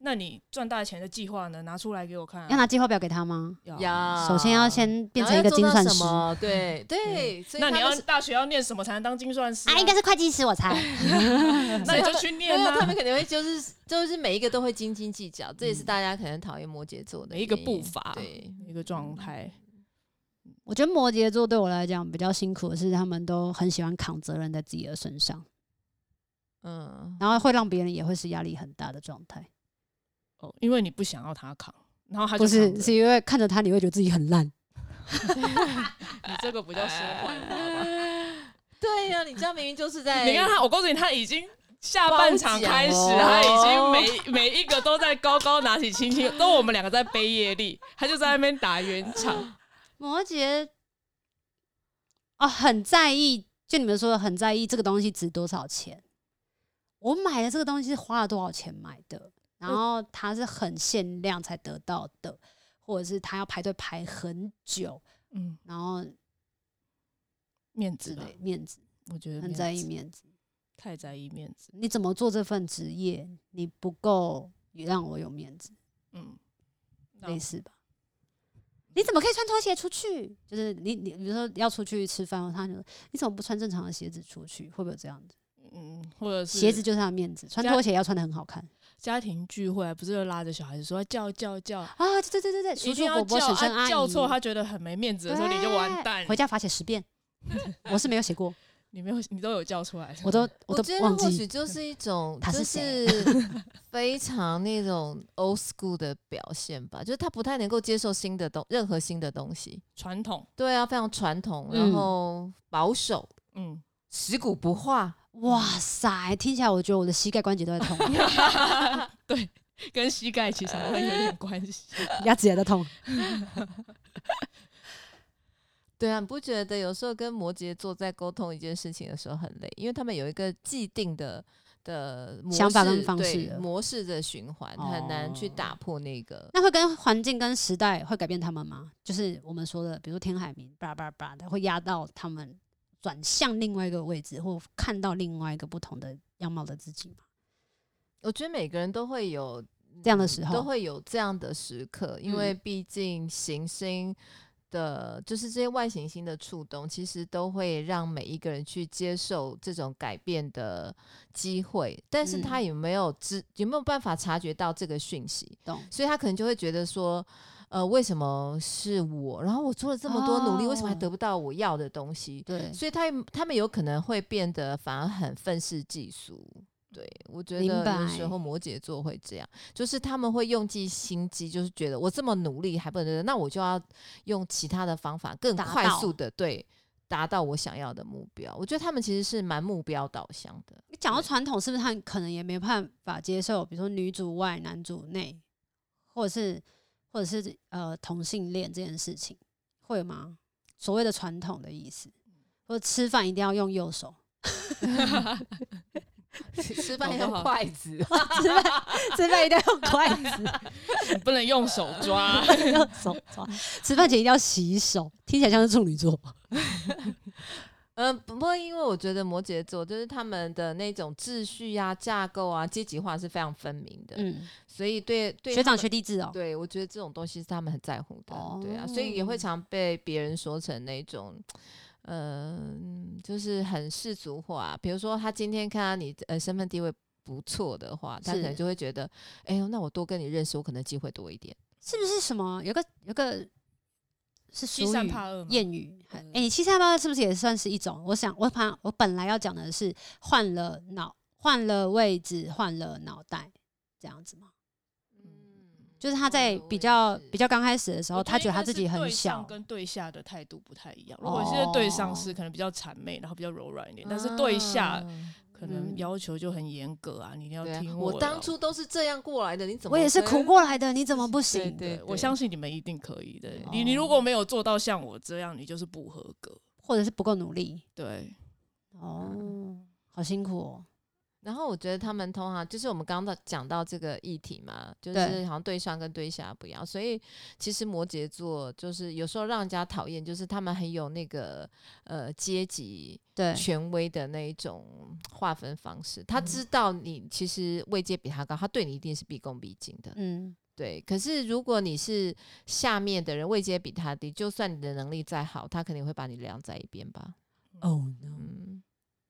Speaker 2: 那你赚大钱的计划呢？拿出来给我看、
Speaker 1: 要
Speaker 2: 啊。
Speaker 1: 拿计划表给他吗？
Speaker 2: 要
Speaker 3: 呀，
Speaker 1: 首先要先变
Speaker 3: 然后
Speaker 1: 成一
Speaker 3: 要
Speaker 1: 个
Speaker 3: 做
Speaker 1: 精
Speaker 3: 到
Speaker 1: 算
Speaker 3: 什
Speaker 1: 师，
Speaker 3: 么对对，所
Speaker 2: 嗯
Speaker 3: 以
Speaker 2: 那
Speaker 3: 他
Speaker 2: 你
Speaker 3: 们
Speaker 2: 要
Speaker 3: 是
Speaker 2: 大学要念什么才能当精算师
Speaker 1: 啊，应该是会计师，我猜。
Speaker 2: 那你就去念
Speaker 3: 没有，
Speaker 2: 啊。
Speaker 3: 他们可能会就是就是每一个都会斤斤计较，这也是大家可能讨厌摩羯座
Speaker 2: 嗯
Speaker 3: 的
Speaker 2: 每一个
Speaker 3: 原因
Speaker 2: 步伐
Speaker 3: 对，
Speaker 2: 一个状态，
Speaker 1: 我觉得摩羯座对我来讲比较辛苦的是，他们都很喜欢扛责任在自己的身上，
Speaker 3: 嗯，
Speaker 1: 然后会让别人也会是压力很大的状态。
Speaker 2: 哦，因为你不想要他扛，然后他就
Speaker 1: 不是
Speaker 2: 扛，着
Speaker 1: 是因为看着他你会觉得自己很烂。
Speaker 2: 你这个不
Speaker 3: 哎
Speaker 2: 叫说坏话吧？
Speaker 3: 对呀，你这样明明就是在
Speaker 2: 你看他，我告诉你，他已经下半场开始，他已经每每一个都在高高拿起轻轻，都我们两个在背业力，他就在那边打圆场。
Speaker 1: 摩羯哦，很在意，就你们说的很在意这个东西值多少钱。我买的这个东西是花了多少钱买的，然后它是很限量才得到的，或者是他要排队排很久，
Speaker 2: 嗯，
Speaker 1: 然后
Speaker 2: 面
Speaker 1: 之
Speaker 2: 子吧，
Speaker 1: 类面子
Speaker 2: 我觉得
Speaker 1: 很
Speaker 2: 面
Speaker 1: 在意
Speaker 2: 子，
Speaker 1: 面子。
Speaker 2: 太在意面子。
Speaker 1: 你怎么做这份职业，你不够也让我有面子，
Speaker 2: 嗯，那
Speaker 1: 类似吧？你怎么可以穿拖鞋出去？就是你你比如说要出去吃饭，他就说你怎么不穿正常的鞋子出去？会不会有这样子？
Speaker 2: 嗯，或者是
Speaker 1: 鞋子就是他的面子，穿
Speaker 2: 家
Speaker 1: 拖鞋要穿的很好看
Speaker 2: 家庭聚会，啊不是就拉着小孩子说叫叫叫，
Speaker 1: 啊！对对对对对，叔
Speaker 2: 一
Speaker 1: 叔
Speaker 2: 定要
Speaker 1: 伯伯、
Speaker 2: 叫
Speaker 1: 婶婶阿
Speaker 2: 啊，
Speaker 1: 姨
Speaker 2: 叫错他觉得很没面子的时候，你就完蛋
Speaker 1: 对。回家罚写十遍。我是没有写过，
Speaker 2: 你没有，你都有叫出来，
Speaker 1: 我都
Speaker 3: 我
Speaker 1: 都
Speaker 3: 觉得
Speaker 1: 忘
Speaker 3: 或许
Speaker 1: 记。
Speaker 3: 就是一种，
Speaker 1: 他啊
Speaker 3: 就是是 非常那种 old school 的表现吧，就是他不太能够接受新的东，任何新的东西。
Speaker 2: 传统。
Speaker 3: 对啊，非常传统，
Speaker 1: 嗯
Speaker 3: 然后保守，
Speaker 2: 嗯，
Speaker 3: 食古不化。
Speaker 1: 哇塞，听起来我觉得我的膝盖关节都在痛，啊
Speaker 2: 对，跟膝盖其实好像有点关系。
Speaker 1: 牙齿也在痛。
Speaker 3: 对啊，你不觉得有时候跟摩羯座在沟通一件事情的时候很累，因为他们有一个既定的的模
Speaker 1: 想法跟
Speaker 3: 式
Speaker 1: 方
Speaker 3: 对
Speaker 1: 式了
Speaker 3: 模式的循环，很难去
Speaker 2: 哦
Speaker 3: 打破那个。
Speaker 1: 那会跟环境跟时代会改变他们吗？就是我们说的，比如天海明叭叭叭的，会压到他们转向另外一个位置，或看到另外一个不同的样貌的自己吗？
Speaker 3: 我觉得每个人都会有
Speaker 1: 这样的时
Speaker 3: 嗯都
Speaker 1: 候，嗯
Speaker 3: 会有这样的时刻，因为毕竟行星的，就是这些外行星的触动，其实都会让每一个人去接受这种改变的机会，但是
Speaker 1: 嗯
Speaker 3: 他有没有知、有没有办法察觉到这个讯息，
Speaker 1: 懂
Speaker 3: 所以他可能就会觉得说。呃，为什么是我？然后我做了这么多努力，为什么还
Speaker 1: 哦
Speaker 3: 得不到我要的东西？
Speaker 1: 对，
Speaker 3: 所以他他们有可能会变得反而很愤世嫉俗。对，我觉得
Speaker 1: 明
Speaker 3: 有
Speaker 1: 白
Speaker 3: 时候摩羯座会这样，就是他们会用尽心机，就是觉得我这么努力还不能得到，那我就要用其他的方法更
Speaker 1: 达
Speaker 3: 快
Speaker 1: 到
Speaker 3: 速的对达到我想要的目标。我觉得他们其实是蛮目标导向 的。
Speaker 1: 你讲到
Speaker 3: 对
Speaker 1: 传统，是不是他可能也没办法接受，比如说女主外男主内，或者是或者是呃同性恋这件事情，会吗？所谓的传统的意思，或者吃饭一定要用右手，
Speaker 3: 吃
Speaker 2: 搞
Speaker 3: 饭
Speaker 2: 不
Speaker 3: 要
Speaker 2: 好
Speaker 3: 筷子，
Speaker 1: 吃饭 吃饭一定要用筷子，
Speaker 2: 你不能用手 抓。
Speaker 1: 用手抓，啊吃饭前一定要洗手，听起来像是处女座。
Speaker 3: 嗯，不过因为我觉得摩羯座就是他们的那种秩序啊、架构啊、阶级化是非常分明的，
Speaker 1: 嗯，
Speaker 3: 所以对对
Speaker 1: 学
Speaker 3: 他
Speaker 1: 长
Speaker 3: 们
Speaker 1: 学弟制哦、
Speaker 3: 对，我觉得这种东西是他们很在乎的，对啊，所以也
Speaker 1: 哦
Speaker 3: 会常被别人说成那种，嗯、就是很世俗化。比如说，他今天看到你呃身份地位不错的话，他可能
Speaker 1: 是
Speaker 3: 就会觉得，哎呦，那我多跟你认识，我可能机会多一点。
Speaker 1: 是不是什么有个有个是
Speaker 2: 欺
Speaker 1: 俗
Speaker 2: 善
Speaker 1: 语
Speaker 2: 怕恶嘛
Speaker 1: 谚语？哎、
Speaker 2: 嗯
Speaker 1: 诶你欺善怕恶是不是也算是一种？我想我怕我本来要讲的是换了脑，换了位置，换了脑袋。这样子吗？
Speaker 3: 嗯，
Speaker 1: 就是他在比较比较刚开始的时候，他觉得他自己很
Speaker 2: 我觉得应该是对
Speaker 1: 小哦
Speaker 2: 上，跟对下的态度不太一样。如果是对上是可能比较谄媚，然后比较柔软一点，但是
Speaker 1: 嗯
Speaker 2: 对下可能要求就很严格啊，你一定要
Speaker 3: 嗯对啊、
Speaker 2: 听
Speaker 3: 我
Speaker 2: 的
Speaker 3: 当初都是这样过来的，你怎么
Speaker 1: 我也是
Speaker 3: 可
Speaker 1: 苦过来的，你怎么不
Speaker 3: 对
Speaker 1: 行？
Speaker 3: 对
Speaker 2: 对
Speaker 3: 对，
Speaker 2: 我相信你们一定可以的
Speaker 3: 对。
Speaker 2: 你你
Speaker 1: 哦
Speaker 2: 如果没有做到像我这样，你就是不合格。
Speaker 3: 嗯
Speaker 1: 或者是不够努力？
Speaker 2: 对，
Speaker 1: 哦，好辛苦哦。
Speaker 3: 然后我觉得他们通常就是我们刚刚讲到这个议题嘛，就是
Speaker 1: 对
Speaker 3: 好像对上跟对下不一样，所以其实摩羯座就是有时候让人家讨厌，就是他们很有那个呃阶级
Speaker 1: 对嗯
Speaker 3: 权威的那一种划分方式。他知道你其实位阶比他高，他对你一定是毕恭毕敬的。
Speaker 1: 嗯，
Speaker 3: 对，可是如果你是下面的人，位阶比他低，就算你的能力再好，他肯定会把你晾在一边吧。
Speaker 1: 哦、
Speaker 3: 嗯，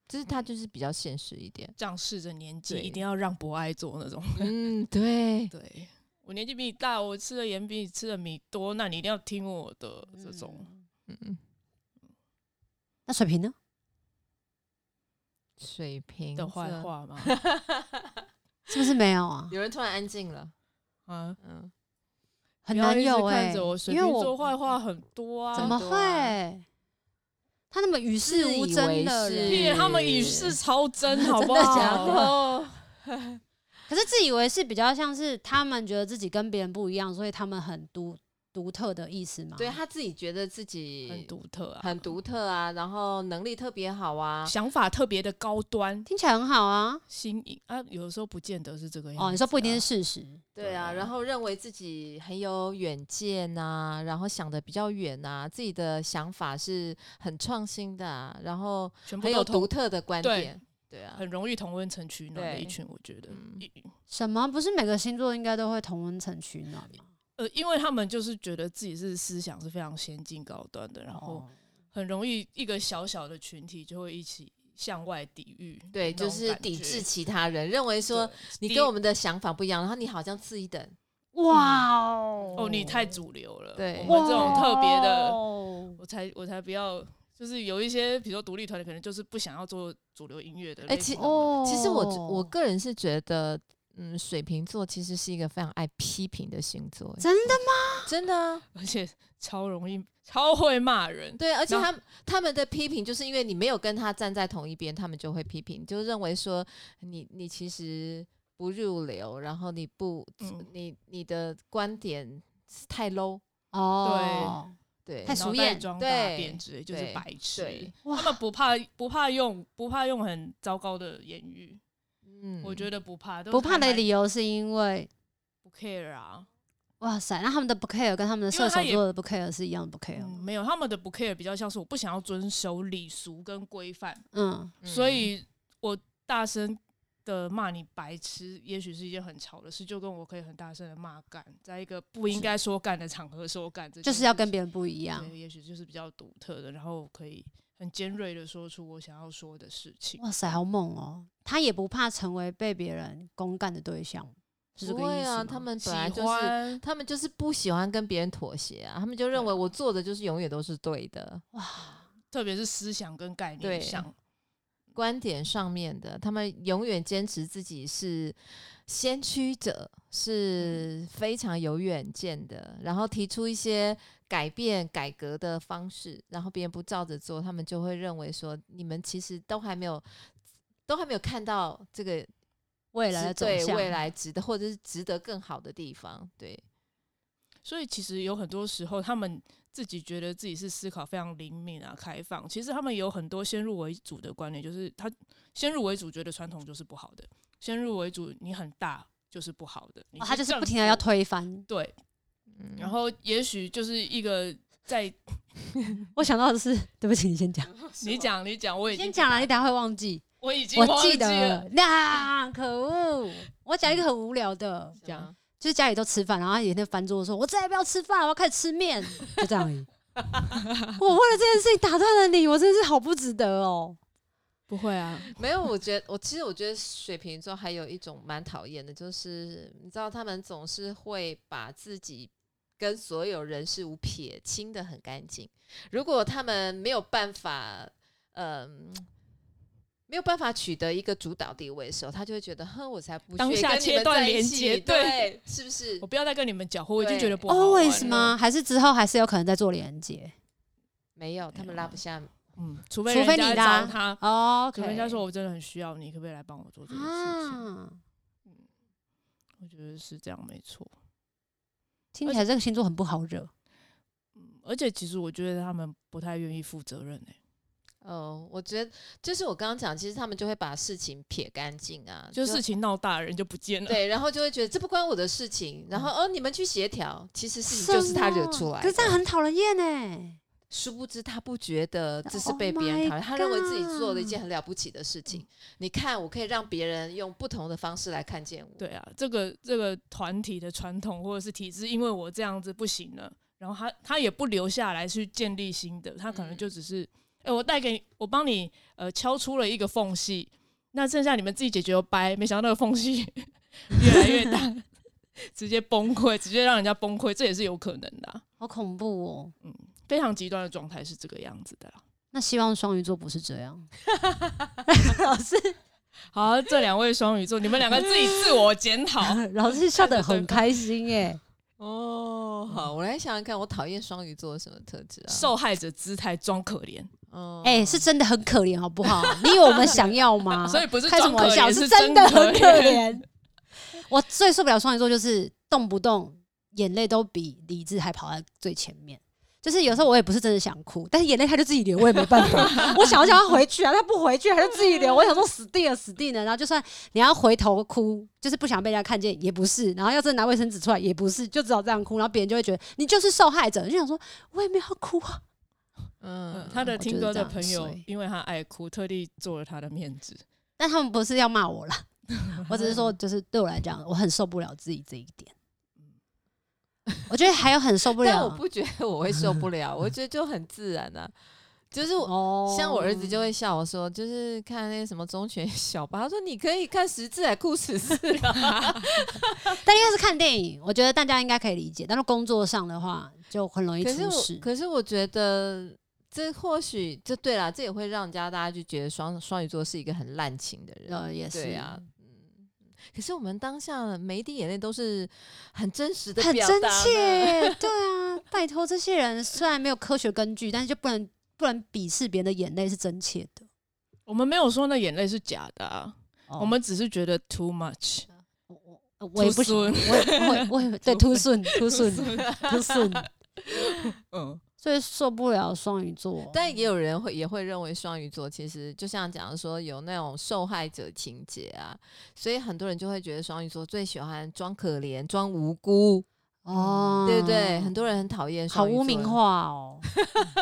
Speaker 3: 就是他就是比较现实一点。
Speaker 2: 仗势着年纪，
Speaker 3: 对
Speaker 2: 一定要让博爱做 那种。
Speaker 3: 嗯，对，
Speaker 2: 对我年纪比你大，我吃的盐比你吃的米多，那你一定要听我的这种。
Speaker 3: 嗯，
Speaker 1: 那水瓶呢？
Speaker 3: 水瓶
Speaker 2: 的坏
Speaker 3: 座。
Speaker 2: 话嘛，
Speaker 1: 是不是没有啊？
Speaker 3: 有人突然安静了，
Speaker 2: 啊，
Speaker 3: 嗯，
Speaker 1: 很
Speaker 2: 不要
Speaker 1: 难
Speaker 2: 一直
Speaker 1: 有哎、
Speaker 2: 看着我，水
Speaker 1: 因为
Speaker 2: 瓶
Speaker 1: 我
Speaker 2: 座坏话很多啊，
Speaker 1: 怎么
Speaker 3: 多
Speaker 1: 会
Speaker 3: 啊？
Speaker 1: 他那么与世
Speaker 3: 自
Speaker 1: 无
Speaker 3: 以
Speaker 1: 争
Speaker 3: 为
Speaker 1: 的
Speaker 3: 是
Speaker 1: 人，
Speaker 2: 屁，他们以示 超真，好不
Speaker 1: 真的假
Speaker 2: 好？哦
Speaker 1: 的？可是自以为是比较像是他们觉得自己跟别人不一样，所以他们很独独特的意思嘛。
Speaker 3: 对他自己觉得自
Speaker 2: 很
Speaker 3: 己
Speaker 2: 独特啊，
Speaker 3: 很独特啊，然后能力特别好啊，
Speaker 2: 想法特别的高端、
Speaker 1: 听起来很好啊。
Speaker 2: 新颖啊，有的时候不见得是这个样子啊。
Speaker 1: 哦，你说不一定是事实，
Speaker 3: 对啊，然后认为自己很有远见呐、然后想的比较远呐、自己的想法是很创新的、啊，然后
Speaker 2: 全部
Speaker 3: 很有
Speaker 2: 都同
Speaker 3: 独，特的观
Speaker 2: 对
Speaker 3: 点，对啊，
Speaker 2: 很容易同温层取暖的
Speaker 3: 对
Speaker 2: 一群，我觉得。
Speaker 3: 嗯
Speaker 2: 一
Speaker 1: 什么不是每个星座应该都会同温层取暖吗？
Speaker 2: 呃，因为他们就是觉得自己是思想是非常先进高端的，然后
Speaker 1: 哦
Speaker 2: 很容易一个小小的群体就会一起向外抵御那种感觉，
Speaker 3: 对，就是抵制其他人，认为说
Speaker 2: 对
Speaker 3: 你
Speaker 2: 抵
Speaker 3: 跟我们的想法不一样，然后你好像次一等，
Speaker 1: 哇哦，
Speaker 2: 哦，你太主流了，
Speaker 3: 对
Speaker 2: 我们这种特别的，
Speaker 1: 的，
Speaker 2: 我才我才不要，就是有一些比如说独立团体，可能就是不想要做主流音乐的啊
Speaker 3: 哎
Speaker 2: 类
Speaker 3: 其
Speaker 2: 型的嘛，
Speaker 1: 哦，
Speaker 3: 其实我觉我个人是觉得，嗯，水瓶座其实是一个非常爱批评的星座，欸
Speaker 1: 真的吗？
Speaker 3: 真的啊，
Speaker 2: 而且超容易超会骂人，
Speaker 3: 对，而且
Speaker 2: 然
Speaker 3: 他们他们的批评就是因为你没有跟他站在同一边，他们就会批评，就认为说你你其实不入流，然后你不、
Speaker 2: 嗯
Speaker 3: 你你的观点是太 low，
Speaker 1: 哦，
Speaker 3: 对
Speaker 1: 太
Speaker 2: 脑
Speaker 1: 俗
Speaker 2: 袋
Speaker 1: 艳
Speaker 2: 装
Speaker 3: 对
Speaker 2: 大便之类，就是
Speaker 3: 对
Speaker 2: 白痴
Speaker 3: 对。
Speaker 2: 他们不怕不怕用不怕用很糟糕的言语，
Speaker 3: 嗯
Speaker 2: 我觉得不怕，
Speaker 1: 不怕的理
Speaker 2: 理
Speaker 1: 由是因为。
Speaker 2: 不 care 啊，
Speaker 1: 哇塞，那他们的不 care 跟他们的
Speaker 2: 因为
Speaker 1: 射
Speaker 2: 他
Speaker 1: 手
Speaker 2: 也
Speaker 1: 座的不 care 是一样的不 care
Speaker 2: 嗯
Speaker 1: 吗
Speaker 2: 没有他们的不 care 比较像是我不想要遵守礼俗跟规范，
Speaker 1: 嗯，
Speaker 3: 嗯
Speaker 2: 所以我大声的骂你白痴，也许是一件很吵的事，就跟我可以很大声的骂干，在一个不应该说干的场合说干，这件
Speaker 1: 就是要跟
Speaker 2: 事
Speaker 1: 别人不一样
Speaker 2: 情。对，也许就是比较独特的，然后可以很尖锐的说出我想要说的事情。
Speaker 1: 哇塞，好猛哦！他也不怕成为被别人公干的对象，是这
Speaker 3: 不
Speaker 1: 个意
Speaker 3: 会
Speaker 1: 思
Speaker 3: 啊，
Speaker 1: 吗
Speaker 3: 他们
Speaker 2: 喜
Speaker 3: 本来就是。
Speaker 2: 欢
Speaker 3: 他们就是不喜欢跟别人妥协啊，他们就认为我做的就是永远都是对的，
Speaker 1: 哇，
Speaker 2: 特别是思想跟概念
Speaker 3: 对
Speaker 2: 上，
Speaker 3: 观点上面的，他们永远坚持自己是先驱者，
Speaker 1: 嗯
Speaker 3: 是非常有远见的，然后提出一些改变、改革的方式，然后别人不照着做，他们就会认为说你们其实都还没有。都还没有看到这个
Speaker 1: 未来
Speaker 3: 是
Speaker 1: 的走
Speaker 3: 对
Speaker 1: 向，
Speaker 3: 未来值得，或者是值得更好的地方，对，
Speaker 2: 所以其实有很多时候，他们自己觉得自己是思考非常灵敏啊、开放，其实他们有很多先入为主的观念，就是他先入为主觉得传统就是不好的，先入为主你很大就是不好的，你
Speaker 1: 哦、他就是
Speaker 2: 政
Speaker 1: 不停的要
Speaker 2: 府
Speaker 1: 推翻。
Speaker 2: 对，
Speaker 3: 嗯
Speaker 2: 然后也许就是一个在
Speaker 1: 我想到的是，对不起，你先讲，
Speaker 2: 你讲你讲，我已
Speaker 1: 你
Speaker 2: 经
Speaker 1: 先讲了，你等下会忘记。
Speaker 2: 我已经
Speaker 1: 我
Speaker 2: 忘
Speaker 1: 记
Speaker 2: 记
Speaker 1: 得
Speaker 2: 了，，
Speaker 1: 那、可恶！我讲一个很无聊的，
Speaker 3: 这样
Speaker 1: 就是家里都吃饭，然后他有一天翻桌说：“我再也不要吃饭了，我要开始吃面。”就这样而已。 我为了这件事情打断了你，我真的是好不值得哦。
Speaker 2: 不会啊，
Speaker 3: 没有，我觉得我其实我觉得水瓶座还有一种蛮讨厌的，就是你知道他们总是会把自己跟所有人事物撇清的很干净。如果他们没有办法，嗯、没有办法取得一个主导地位的时候，他就会觉得，哼，我才不屑
Speaker 2: 当下
Speaker 3: 跟你
Speaker 2: 切
Speaker 3: 们
Speaker 2: 断
Speaker 3: 在一
Speaker 2: 连
Speaker 3: 起
Speaker 2: 结
Speaker 3: 对，是不是
Speaker 2: 我？不要再跟你们搅和，我已经觉得不好玩了
Speaker 1: Always 吗？还是之后还是有可能再做连接？
Speaker 3: 没有，他们拉不下。
Speaker 2: 嗯，除非
Speaker 1: 除非
Speaker 2: 人家
Speaker 1: 你拉
Speaker 2: 找他，
Speaker 1: 哦、o
Speaker 2: 除
Speaker 1: k
Speaker 2: 非人家说我真的很需要你，可不可以来帮我做这件事情？
Speaker 1: 啊，
Speaker 2: 我觉得是这样，没错。
Speaker 1: 听起来这个星座很不好惹。
Speaker 2: 嗯，而且其实我觉得他们不太愿意负责任诶、
Speaker 3: 哦，我觉得就是我刚刚讲，其实他们就会把事情撇干净啊，
Speaker 2: 就事情闹大，人就不 见了。
Speaker 3: 对，然后就会觉得这不关我的事情，然后哦，你们去协调，其实事情就是他惹出来的。
Speaker 1: 嗯可是这样很讨人厌哎。
Speaker 3: 殊不知他不觉得这是被
Speaker 1: Oh
Speaker 3: 别人
Speaker 1: my
Speaker 3: 讨厌，他认为自己做了一
Speaker 1: God 嗯
Speaker 3: 件很了不起的事情。你看，我可以让别人用不同的方式来看见我。
Speaker 2: 对啊，这个这个团体的传统或者是体制，因为我这样子不行了，然后他他也不留下来去建立新的，他可能
Speaker 3: 嗯
Speaker 2: 就只是，哎、我带给你，我帮你呃敲出了一个缝隙，那剩下你们自己解决哦掰。没想到那个缝隙 越来越大， 直接崩溃，直接让人家崩溃，这也是有可能的啊、
Speaker 1: 好恐怖哦！
Speaker 2: 非常极端的状态是这个样子的啦。
Speaker 1: 那希望双鱼座不是这样。 老师，
Speaker 2: 好，这两位双鱼座，你们两个自己自我检讨。
Speaker 1: 老师笑得很开心哎。
Speaker 3: 哦，好，我来想想看，我讨厌双鱼座有什么特质啊？
Speaker 2: 嗯受害者姿态装可怜，
Speaker 3: 哦，
Speaker 1: 哎、是真的很可怜，好不好？ 你以为我们想要吗？
Speaker 2: 所以不是
Speaker 1: 开什
Speaker 2: 装
Speaker 1: 么
Speaker 2: 可
Speaker 1: 玩笑，
Speaker 2: 怜，
Speaker 1: 是
Speaker 2: 真
Speaker 1: 真的很可
Speaker 2: 怜。
Speaker 1: 怜。 我最受不了双鱼座就是动不动眼泪都比理智还跑在最前面。就是有时候我也不是真的想哭，但是眼泪他就自己流，我也没办 法。我想要叫他回去啊，他不回去，他就自己流。我想说死定了，死定了。然后就算你要回头哭，就是不想被人家看见也不是，然后要真的拿卫生纸出来也不是，就只好这样哭。然后别人就会觉得你就是受害者，你就想说我也没有要哭啊。
Speaker 2: 嗯
Speaker 3: 嗯，
Speaker 2: 他的
Speaker 1: 我觉
Speaker 2: 听
Speaker 1: 得
Speaker 2: 歌
Speaker 1: 这
Speaker 2: 的
Speaker 1: 样
Speaker 2: 朋友
Speaker 1: 衰，
Speaker 2: 因为他爱哭，特地做了他的面子。
Speaker 1: 但他们不是要骂我啦， 我只是说，就是对我来讲，我很受不了自己这一点。我觉得还有很受不
Speaker 3: 但
Speaker 1: 了
Speaker 3: 我不觉得我会受不了，我觉得就很自然啊。就是我
Speaker 1: 哦
Speaker 3: 像我儿子就会笑我说，就是看那个什么忠犬小八，他说你可以看十字来哭十次啊。
Speaker 1: 但应该是看电影，我觉得大家应该可以理解。但是工作上的话，就很容易
Speaker 3: 可是
Speaker 1: 出
Speaker 3: 我
Speaker 1: 事。
Speaker 3: 可是我觉得这或许这对啦，这也会让人家大家就觉得双双鱼座是一个很滥情的人。
Speaker 1: 呃，也是
Speaker 3: 对啊，嗯。可是我们当下每一滴眼泪都是很真实的，
Speaker 1: 很真。切，对啊，拜托这些人虽然没有科学根据，但是就不能不能鄙视别人的眼泪是真切的。
Speaker 2: 我们没有说那眼泪是假的、啊，
Speaker 1: 哦
Speaker 2: 我们只是觉得 too much。
Speaker 1: 我哦我我也不
Speaker 2: Too
Speaker 1: 行，我
Speaker 2: soon
Speaker 1: 也我也我 也对 too
Speaker 2: Too
Speaker 1: soon too soon too soon，
Speaker 2: 嗯，
Speaker 1: 所以受不了双鱼座。
Speaker 3: 但也有人会也会认为双鱼座其实就像讲说有那种受害者情节啊，所以很多人就会觉得双鱼座最喜欢装可怜、装无辜，嗯
Speaker 1: 哦，
Speaker 3: 对不对？很多人很讨厌
Speaker 1: 好
Speaker 3: 双鱼座，
Speaker 1: 污名化哦，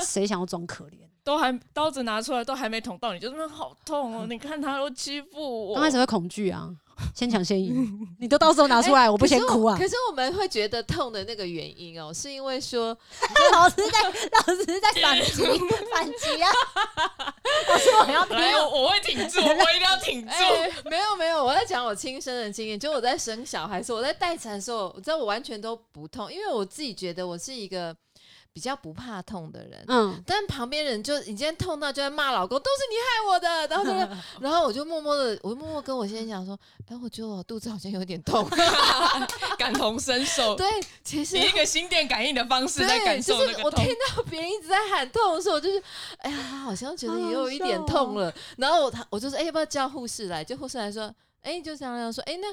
Speaker 1: 谁想要装可怜？
Speaker 2: 都还刀子拿出来都还没捅到你，就那好痛哦！你看他都欺负我，
Speaker 1: 刚开始会恐惧啊，先抢先赢，你都到时候拿出来，我不
Speaker 3: 哎可是
Speaker 1: 先哭啊
Speaker 3: 可！是我们会觉得痛的那个原因哦，是因为说
Speaker 1: 老师在，老师在反击，反击啊！老师，我要听
Speaker 2: 来，我我会挺住，我一定要挺住。
Speaker 3: 哎、没有没有，我在讲我亲身的经验，就我在生小孩的时候，我在待产的时候，我知道我完全都不痛，因为我自己觉得我是一个比较不怕痛的人。
Speaker 1: 嗯，
Speaker 3: 但旁边人就已经痛到就在骂老公，都是你害我的，然 后就，然后我就默默的，我就默默跟我先生讲说，哎，我觉得我肚子好像有点痛。
Speaker 2: 感同身受，
Speaker 3: 对，其实
Speaker 2: 以一个心电感应的方式在
Speaker 3: 对，
Speaker 2: 感
Speaker 3: 就
Speaker 2: 受那
Speaker 3: 是
Speaker 2: 个
Speaker 3: 我
Speaker 2: 痛
Speaker 3: 听。到别人一直在喊痛的时候，我就是，哎呀，他好像觉得也有一点痛
Speaker 2: 哦
Speaker 3: 了。然后我他我就说，哎，要不要叫护士来？就护士来说，哎，就这样样说，哎，那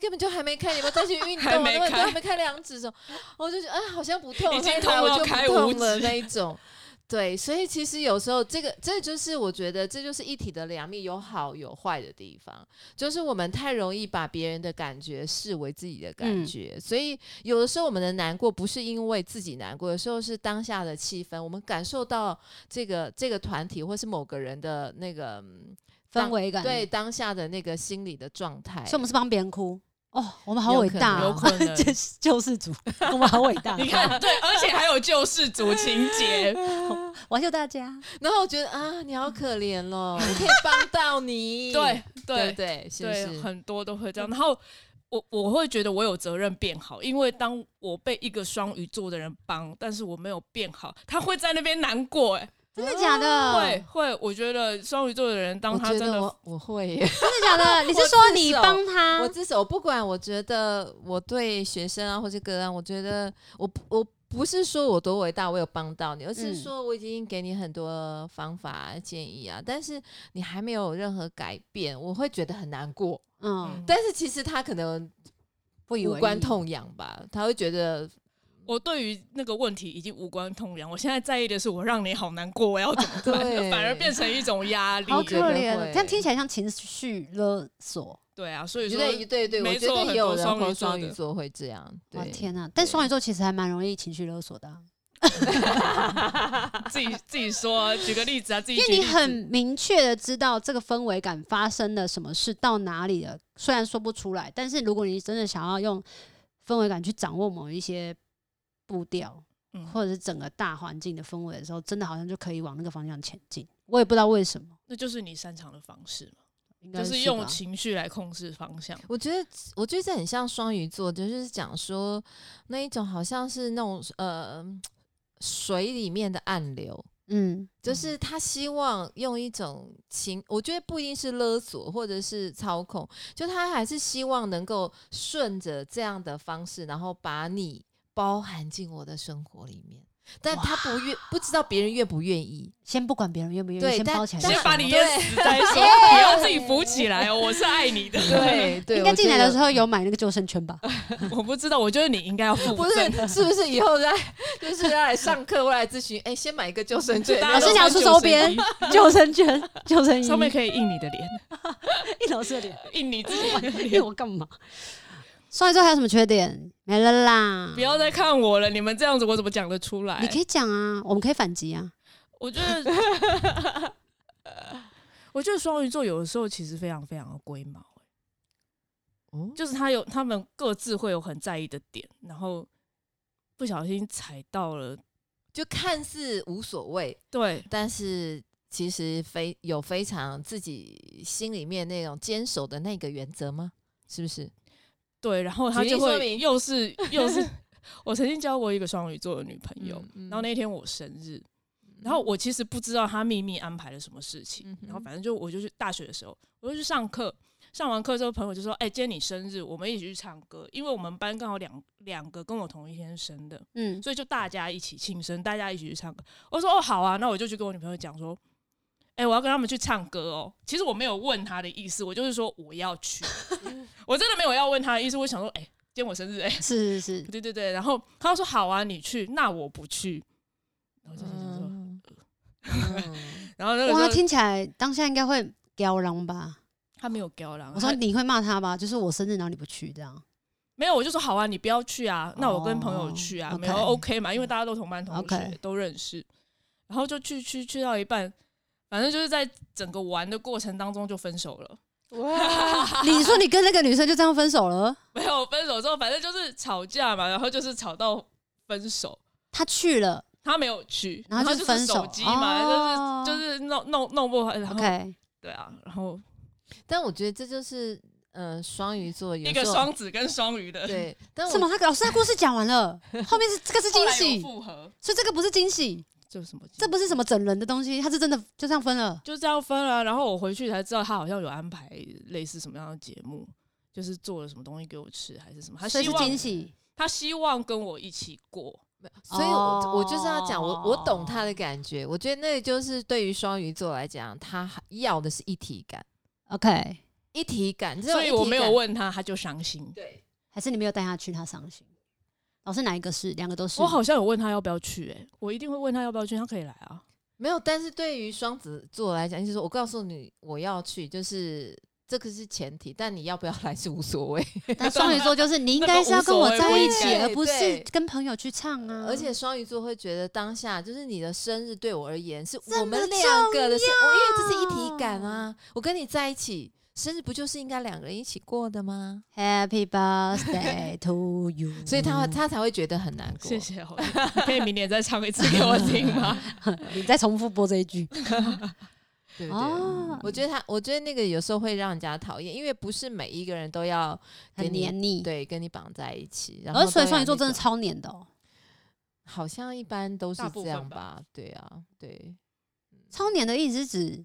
Speaker 3: 根本就还没开，你要不要再去运动
Speaker 2: 还
Speaker 3: 啊？
Speaker 2: 没
Speaker 3: 那么
Speaker 2: 开
Speaker 3: 还没开两指的时候，我就觉得，哎，好像不痛，
Speaker 2: 已经
Speaker 3: 所以
Speaker 2: 痛
Speaker 3: 来我
Speaker 2: 到
Speaker 3: 就不
Speaker 2: 开五
Speaker 3: 痛
Speaker 2: 指
Speaker 3: 了那一种。对，所以其实有时候这个，这就是我觉得这就是一体的两面，有好有坏的地方。就是我们太容易把别人的感觉视为自己的感
Speaker 1: 嗯
Speaker 3: 觉，所以有的时候我们的难过不是因为自己难过，有时候是当下的气氛，我们感受到这个这个团体或是某个人的那个嗯
Speaker 1: 氛围感，
Speaker 3: 对，当下的那个心理的状态
Speaker 1: 所以。我们是帮别人哭哦，我们好伟大
Speaker 2: 有
Speaker 1: 哦，
Speaker 2: 可能
Speaker 1: 这是救世主，我们好伟大，哦
Speaker 2: 你看，对，而且还有救世主情节，
Speaker 1: 我救大家，
Speaker 3: 然后我觉得啊，你好可怜咯，我可以帮到 你。
Speaker 2: 对
Speaker 3: 对
Speaker 2: 对
Speaker 3: 对，是不
Speaker 2: 对，
Speaker 3: 是？
Speaker 2: 很多都会这样。然后我我会觉得我有责任变好，因为当我被一个双鱼座的人帮，但是我没有变好，他会在那边难过、欸。
Speaker 1: 真的假
Speaker 2: 哎、
Speaker 1: 的？
Speaker 2: 会会，我觉得双鱼座的人，当
Speaker 3: 我
Speaker 2: 他
Speaker 3: 觉
Speaker 2: 真
Speaker 3: 得
Speaker 2: 的
Speaker 3: 我我会耶，
Speaker 1: 真的假的？你
Speaker 3: 我
Speaker 1: 是说
Speaker 3: 自
Speaker 1: 你
Speaker 3: 首
Speaker 1: 帮他？
Speaker 2: 啊
Speaker 1: 嗯
Speaker 3: 我自首不管，我觉得我对学生啊或是个案，我觉得我不我不是说我多伟大，我有帮到你，而是
Speaker 1: 嗯
Speaker 3: 说我已经给你很多方法建议啊，但是你还没有任何改变，我会觉得很难过。
Speaker 1: 嗯，
Speaker 3: 但是其实他可能
Speaker 1: 不以
Speaker 3: 无
Speaker 1: 为
Speaker 3: 关
Speaker 1: 意
Speaker 3: 痛痒吧，他会觉得
Speaker 2: 我对于那个问题已经无关痛痒，我现在在意的是我让你好难过，我要怎么办？
Speaker 3: 对
Speaker 2: 反而变成一种压力。
Speaker 1: 好可
Speaker 3: 觉得
Speaker 1: 怜哦，
Speaker 3: 会
Speaker 1: 这样听起来像情绪勒索。
Speaker 2: 对啊，所以说
Speaker 3: 对对对，我
Speaker 2: 没
Speaker 3: 觉
Speaker 2: 错
Speaker 3: 得也有
Speaker 2: 很多双鱼
Speaker 3: 人或
Speaker 2: 座
Speaker 3: 双鱼
Speaker 2: 的
Speaker 3: 座会这样。
Speaker 1: 哇
Speaker 3: 对，
Speaker 1: 天哪！但
Speaker 3: 对
Speaker 1: 双鱼座其实还蛮容易情绪勒索的啊、
Speaker 2: 自己自己说，举个例子啊，自己
Speaker 1: 因为
Speaker 2: 举
Speaker 1: 你
Speaker 2: 例子
Speaker 1: 很明确的知道这个氛围感发生了什么事，到哪里了。虽然说不出来，但是如果你真的想要用氛围感去掌握某一些步调，
Speaker 2: 嗯
Speaker 1: 或者是整个大环境的氛围的时候，真的好像就可以往那个方向前进。我也不知道为什么，
Speaker 2: 那就是你擅长的方式嘛，
Speaker 1: 应该
Speaker 2: 就是
Speaker 1: 吧
Speaker 2: 用情绪来控制方向。
Speaker 3: 我觉得，我觉得这很像双鱼座，就是讲说那一种好像是那种呃水里面的暗流，
Speaker 1: 嗯
Speaker 3: 就是他希望用一种情，我觉得不一定是勒索或者是操控，就他还是希望能够顺着这样的方式，然后把你包含进我的生活里面。但他不愿，不知道别人愿不愿意。
Speaker 1: 先不管别人愿不愿意，
Speaker 3: 对
Speaker 1: 先
Speaker 3: 但
Speaker 1: 包起来就
Speaker 3: 但
Speaker 1: 好
Speaker 2: 先
Speaker 1: 了，
Speaker 2: 把你
Speaker 3: 对
Speaker 2: 淹死再说， 你要自己浮起来哦。我是爱你的，
Speaker 3: 对对，
Speaker 1: 应该进来的时
Speaker 3: 候
Speaker 1: 候有买那个救生圈吧？
Speaker 2: 我不知道，我觉得你应该要负
Speaker 3: 不
Speaker 2: 责。
Speaker 3: 是是不是以后再 就是要来上课或来咨询？哎、先买一个救生圈，
Speaker 2: 大
Speaker 1: 老
Speaker 2: 家
Speaker 1: 师
Speaker 2: 都
Speaker 1: 想
Speaker 2: 穿
Speaker 1: 出
Speaker 2: 救
Speaker 1: 周
Speaker 2: 生
Speaker 1: 边
Speaker 2: 衣，
Speaker 1: 救生圈、 救生衣，
Speaker 2: 上面可以印你的脸，
Speaker 1: 一老师的脸，
Speaker 2: 印你自己的
Speaker 1: 因为
Speaker 2: 脸。
Speaker 1: 我干嘛？双鱼座还有什么缺点？没了啦。
Speaker 2: 不要再看我了，你们这样子我怎么讲得出来
Speaker 1: 你？可以讲啊，我们可以反击啊。
Speaker 2: 我觉得， 我觉得双鱼座有的时候其实非常非常的龟毛。
Speaker 3: 哦
Speaker 2: 就是他有他们各自会有很在意的点，然后不小心踩到了，
Speaker 3: 就看似无所谓，
Speaker 2: 对
Speaker 3: 但是其实非有非常自己心里面那种坚守的那个原则吗？是不是？
Speaker 2: 对，然后他
Speaker 3: 举例
Speaker 2: 就
Speaker 3: 说
Speaker 2: 会
Speaker 3: 明
Speaker 2: 又是又 是，我曾经交过一个双鱼座的女朋友，
Speaker 3: 嗯嗯嗯
Speaker 2: 然后那天我生日，然后我其实不知道他秘密安排了什么事情，
Speaker 3: 嗯哼
Speaker 2: 然后反正就我就去大学的时候，我就去上课，上完课之后朋友就说：“哎、今天你生日，我们一起去唱歌，因为我们班刚好两两个跟我同一天生的，
Speaker 1: 嗯，
Speaker 2: 所以就大家一起庆生，大家一起去唱歌。我说哦好啊，那我就去跟我女朋友讲说，哎、我要跟他们去唱歌哦。其实我没有问她的意思，我就是说我要去， 我真的没有要问她的意思。我想说，哎、今天我生日，哎、
Speaker 1: 是是是，
Speaker 2: 对对对。然后她就说好啊，你去，那我不去。然后就想说，
Speaker 3: 嗯，
Speaker 2: 然
Speaker 1: 嗯哇，
Speaker 2: 后那个时候
Speaker 1: 听起来当下应该会刁狼 吧？
Speaker 2: 她没有高啦，
Speaker 1: 我说
Speaker 2: 她
Speaker 1: 你会骂他吧？就是我生日，然后你不去这 样。
Speaker 2: 没有，我就说好啊，你不要去啊，那我跟朋友去啊，
Speaker 1: 哦
Speaker 2: 没有
Speaker 1: OK
Speaker 2: OK 嘛，因为大家都同班同学
Speaker 1: OK
Speaker 2: 都认识，然后就去去去到一半，反正就是在整个玩的过程当中就分手了。
Speaker 3: 哇，
Speaker 1: 你说你跟那个女生就这样分手了？
Speaker 2: 没有分手之后，反正就是吵架嘛，然后就是吵到分手。
Speaker 1: 他去了
Speaker 2: 他没有去，
Speaker 1: 然后
Speaker 2: 就
Speaker 1: 就是分手
Speaker 2: 手机嘛，
Speaker 1: 哦
Speaker 2: 就是就是弄弄弄不完，然后
Speaker 1: ，OK，
Speaker 2: 对啊，然后
Speaker 3: 但我觉得这就是呃双鱼座有
Speaker 2: 一个
Speaker 1: 哦
Speaker 3: 时候
Speaker 2: 双子跟双鱼的
Speaker 3: 对，但
Speaker 1: 什
Speaker 3: 我
Speaker 1: 么？他老哦师他故事讲完 了，后面是这个是
Speaker 2: 后
Speaker 1: 惊
Speaker 2: 来有
Speaker 1: 喜，
Speaker 2: 复合，
Speaker 1: 所以这个不是惊喜，
Speaker 2: 这是什么？
Speaker 1: 这不是什么整人的东西，他是真的就这样分了。
Speaker 2: 就这样分了、然后我回去才知道，他好像有安排类似什么样的节目，就是做了什么东西给我吃还是什么。他
Speaker 1: 所以
Speaker 2: 希
Speaker 1: 是惊
Speaker 2: 望
Speaker 1: 喜，
Speaker 2: 他希望跟我一起过，
Speaker 3: 所以我，我就是要讲，我我
Speaker 1: 哦
Speaker 3: 懂他的感觉。我觉得那个就是对于双鱼座来讲，他要的是一体感，
Speaker 1: OK，
Speaker 3: 一体感。这种
Speaker 2: 所以我没
Speaker 3: 一
Speaker 2: 有
Speaker 3: 体感，
Speaker 2: 问他，他就伤心。
Speaker 3: 对，
Speaker 1: 还是你没有带他去，他伤心。老师哪一个是？两个都是。
Speaker 2: 我好像有问他要不要去、欸，我一定会问他要不要去，他可以来啊。没
Speaker 3: 没有。但是对于双子座来讲，就是说我告诉你我要去，就是这个是前提，但你要不要来是无所谓。
Speaker 1: 但双鱼座就是你应该是要跟我在一起，
Speaker 3: 那
Speaker 1: 而
Speaker 3: 个
Speaker 1: 不
Speaker 3: 无所谓
Speaker 1: 是跟朋友去唱啊。
Speaker 3: 而且双鱼座会觉得当下就是你的生日对我而言是
Speaker 1: 这么
Speaker 3: 我们两个的
Speaker 1: 重
Speaker 3: 生，
Speaker 1: 要
Speaker 3: 我因为这是一体感啊。我跟你在一起，生日不就是应该两个人一起过的吗？
Speaker 1: Happy birthday to you，
Speaker 3: 所以
Speaker 1: 嗯
Speaker 3: 他他才会觉得很难过。
Speaker 2: 谢谢，好 可以明年再唱一次给我听吗？
Speaker 1: 你再重复播这一句
Speaker 3: 对不对？
Speaker 1: 哦，
Speaker 3: 我觉得他，我觉得那个有时候会让人家讨厌，因为不是每一个人都要
Speaker 1: 很
Speaker 3: 跟你
Speaker 1: 黏腻。
Speaker 3: 对跟你绑在一起。然后
Speaker 1: 而所以
Speaker 3: 都要
Speaker 1: 双鱼座真的
Speaker 3: 那种
Speaker 1: 超黏的、哦，
Speaker 3: 好像一般都是
Speaker 2: 大部
Speaker 3: 这
Speaker 2: 分
Speaker 3: 样
Speaker 2: 吧
Speaker 3: 吧？对啊，对，
Speaker 1: 超黏的意思是指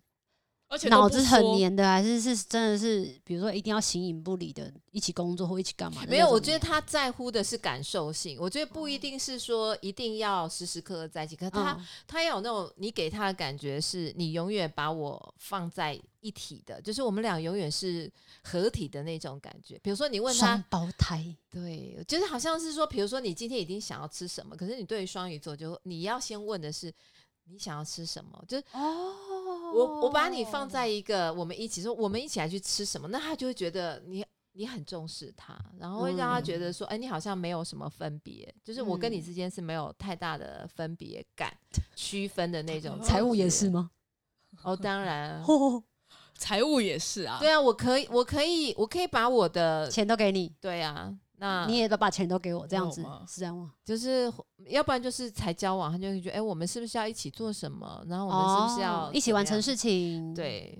Speaker 2: 而且都不
Speaker 1: 脑子很
Speaker 2: 说，
Speaker 1: 黏的，还是是真的是比如说一定要形影不离的，一起工作或一起干嘛的那种
Speaker 3: 没
Speaker 1: 黏？
Speaker 3: 有，我觉得他在乎的是感受性。我觉得不一定是说一定要时时刻刻在一起，可是他、
Speaker 1: 嗯
Speaker 3: 他要有那种你给他的感觉是你永远把我放在一体的，就是我们俩永远是合体的那种感觉。比如说你问他
Speaker 1: 双，胞胎，
Speaker 3: 对，就是好像是说，比如说你今天已经想要吃什么，可是你对于双鱼座就你要先问的是你想要吃什么，就是
Speaker 1: 哦
Speaker 3: 我我把你放在一个我们一起说，我们一起来去吃什么，那他就会觉得你你很重视他，然后会让他觉得说，哎、你好像没有什么分别，就是我跟你
Speaker 1: 嗯
Speaker 3: 之间是没有太大的分别感、区分的那种。
Speaker 1: 财务也是吗？
Speaker 3: 哦，当然，
Speaker 1: 哦，
Speaker 2: 财务也是啊，
Speaker 3: 对啊，我可以，我可以，我可以把我的
Speaker 1: 钱都给你，
Speaker 3: 对啊，那
Speaker 1: 你也都把钱都给我，这样子
Speaker 2: 有嗯吗
Speaker 1: 是这样吗？
Speaker 3: 就是要不然就是才交往，他就会觉得，哎、我们是不是要一起做什么？然后我们是不是要、
Speaker 1: 哦一起完成事？情？，
Speaker 3: 对。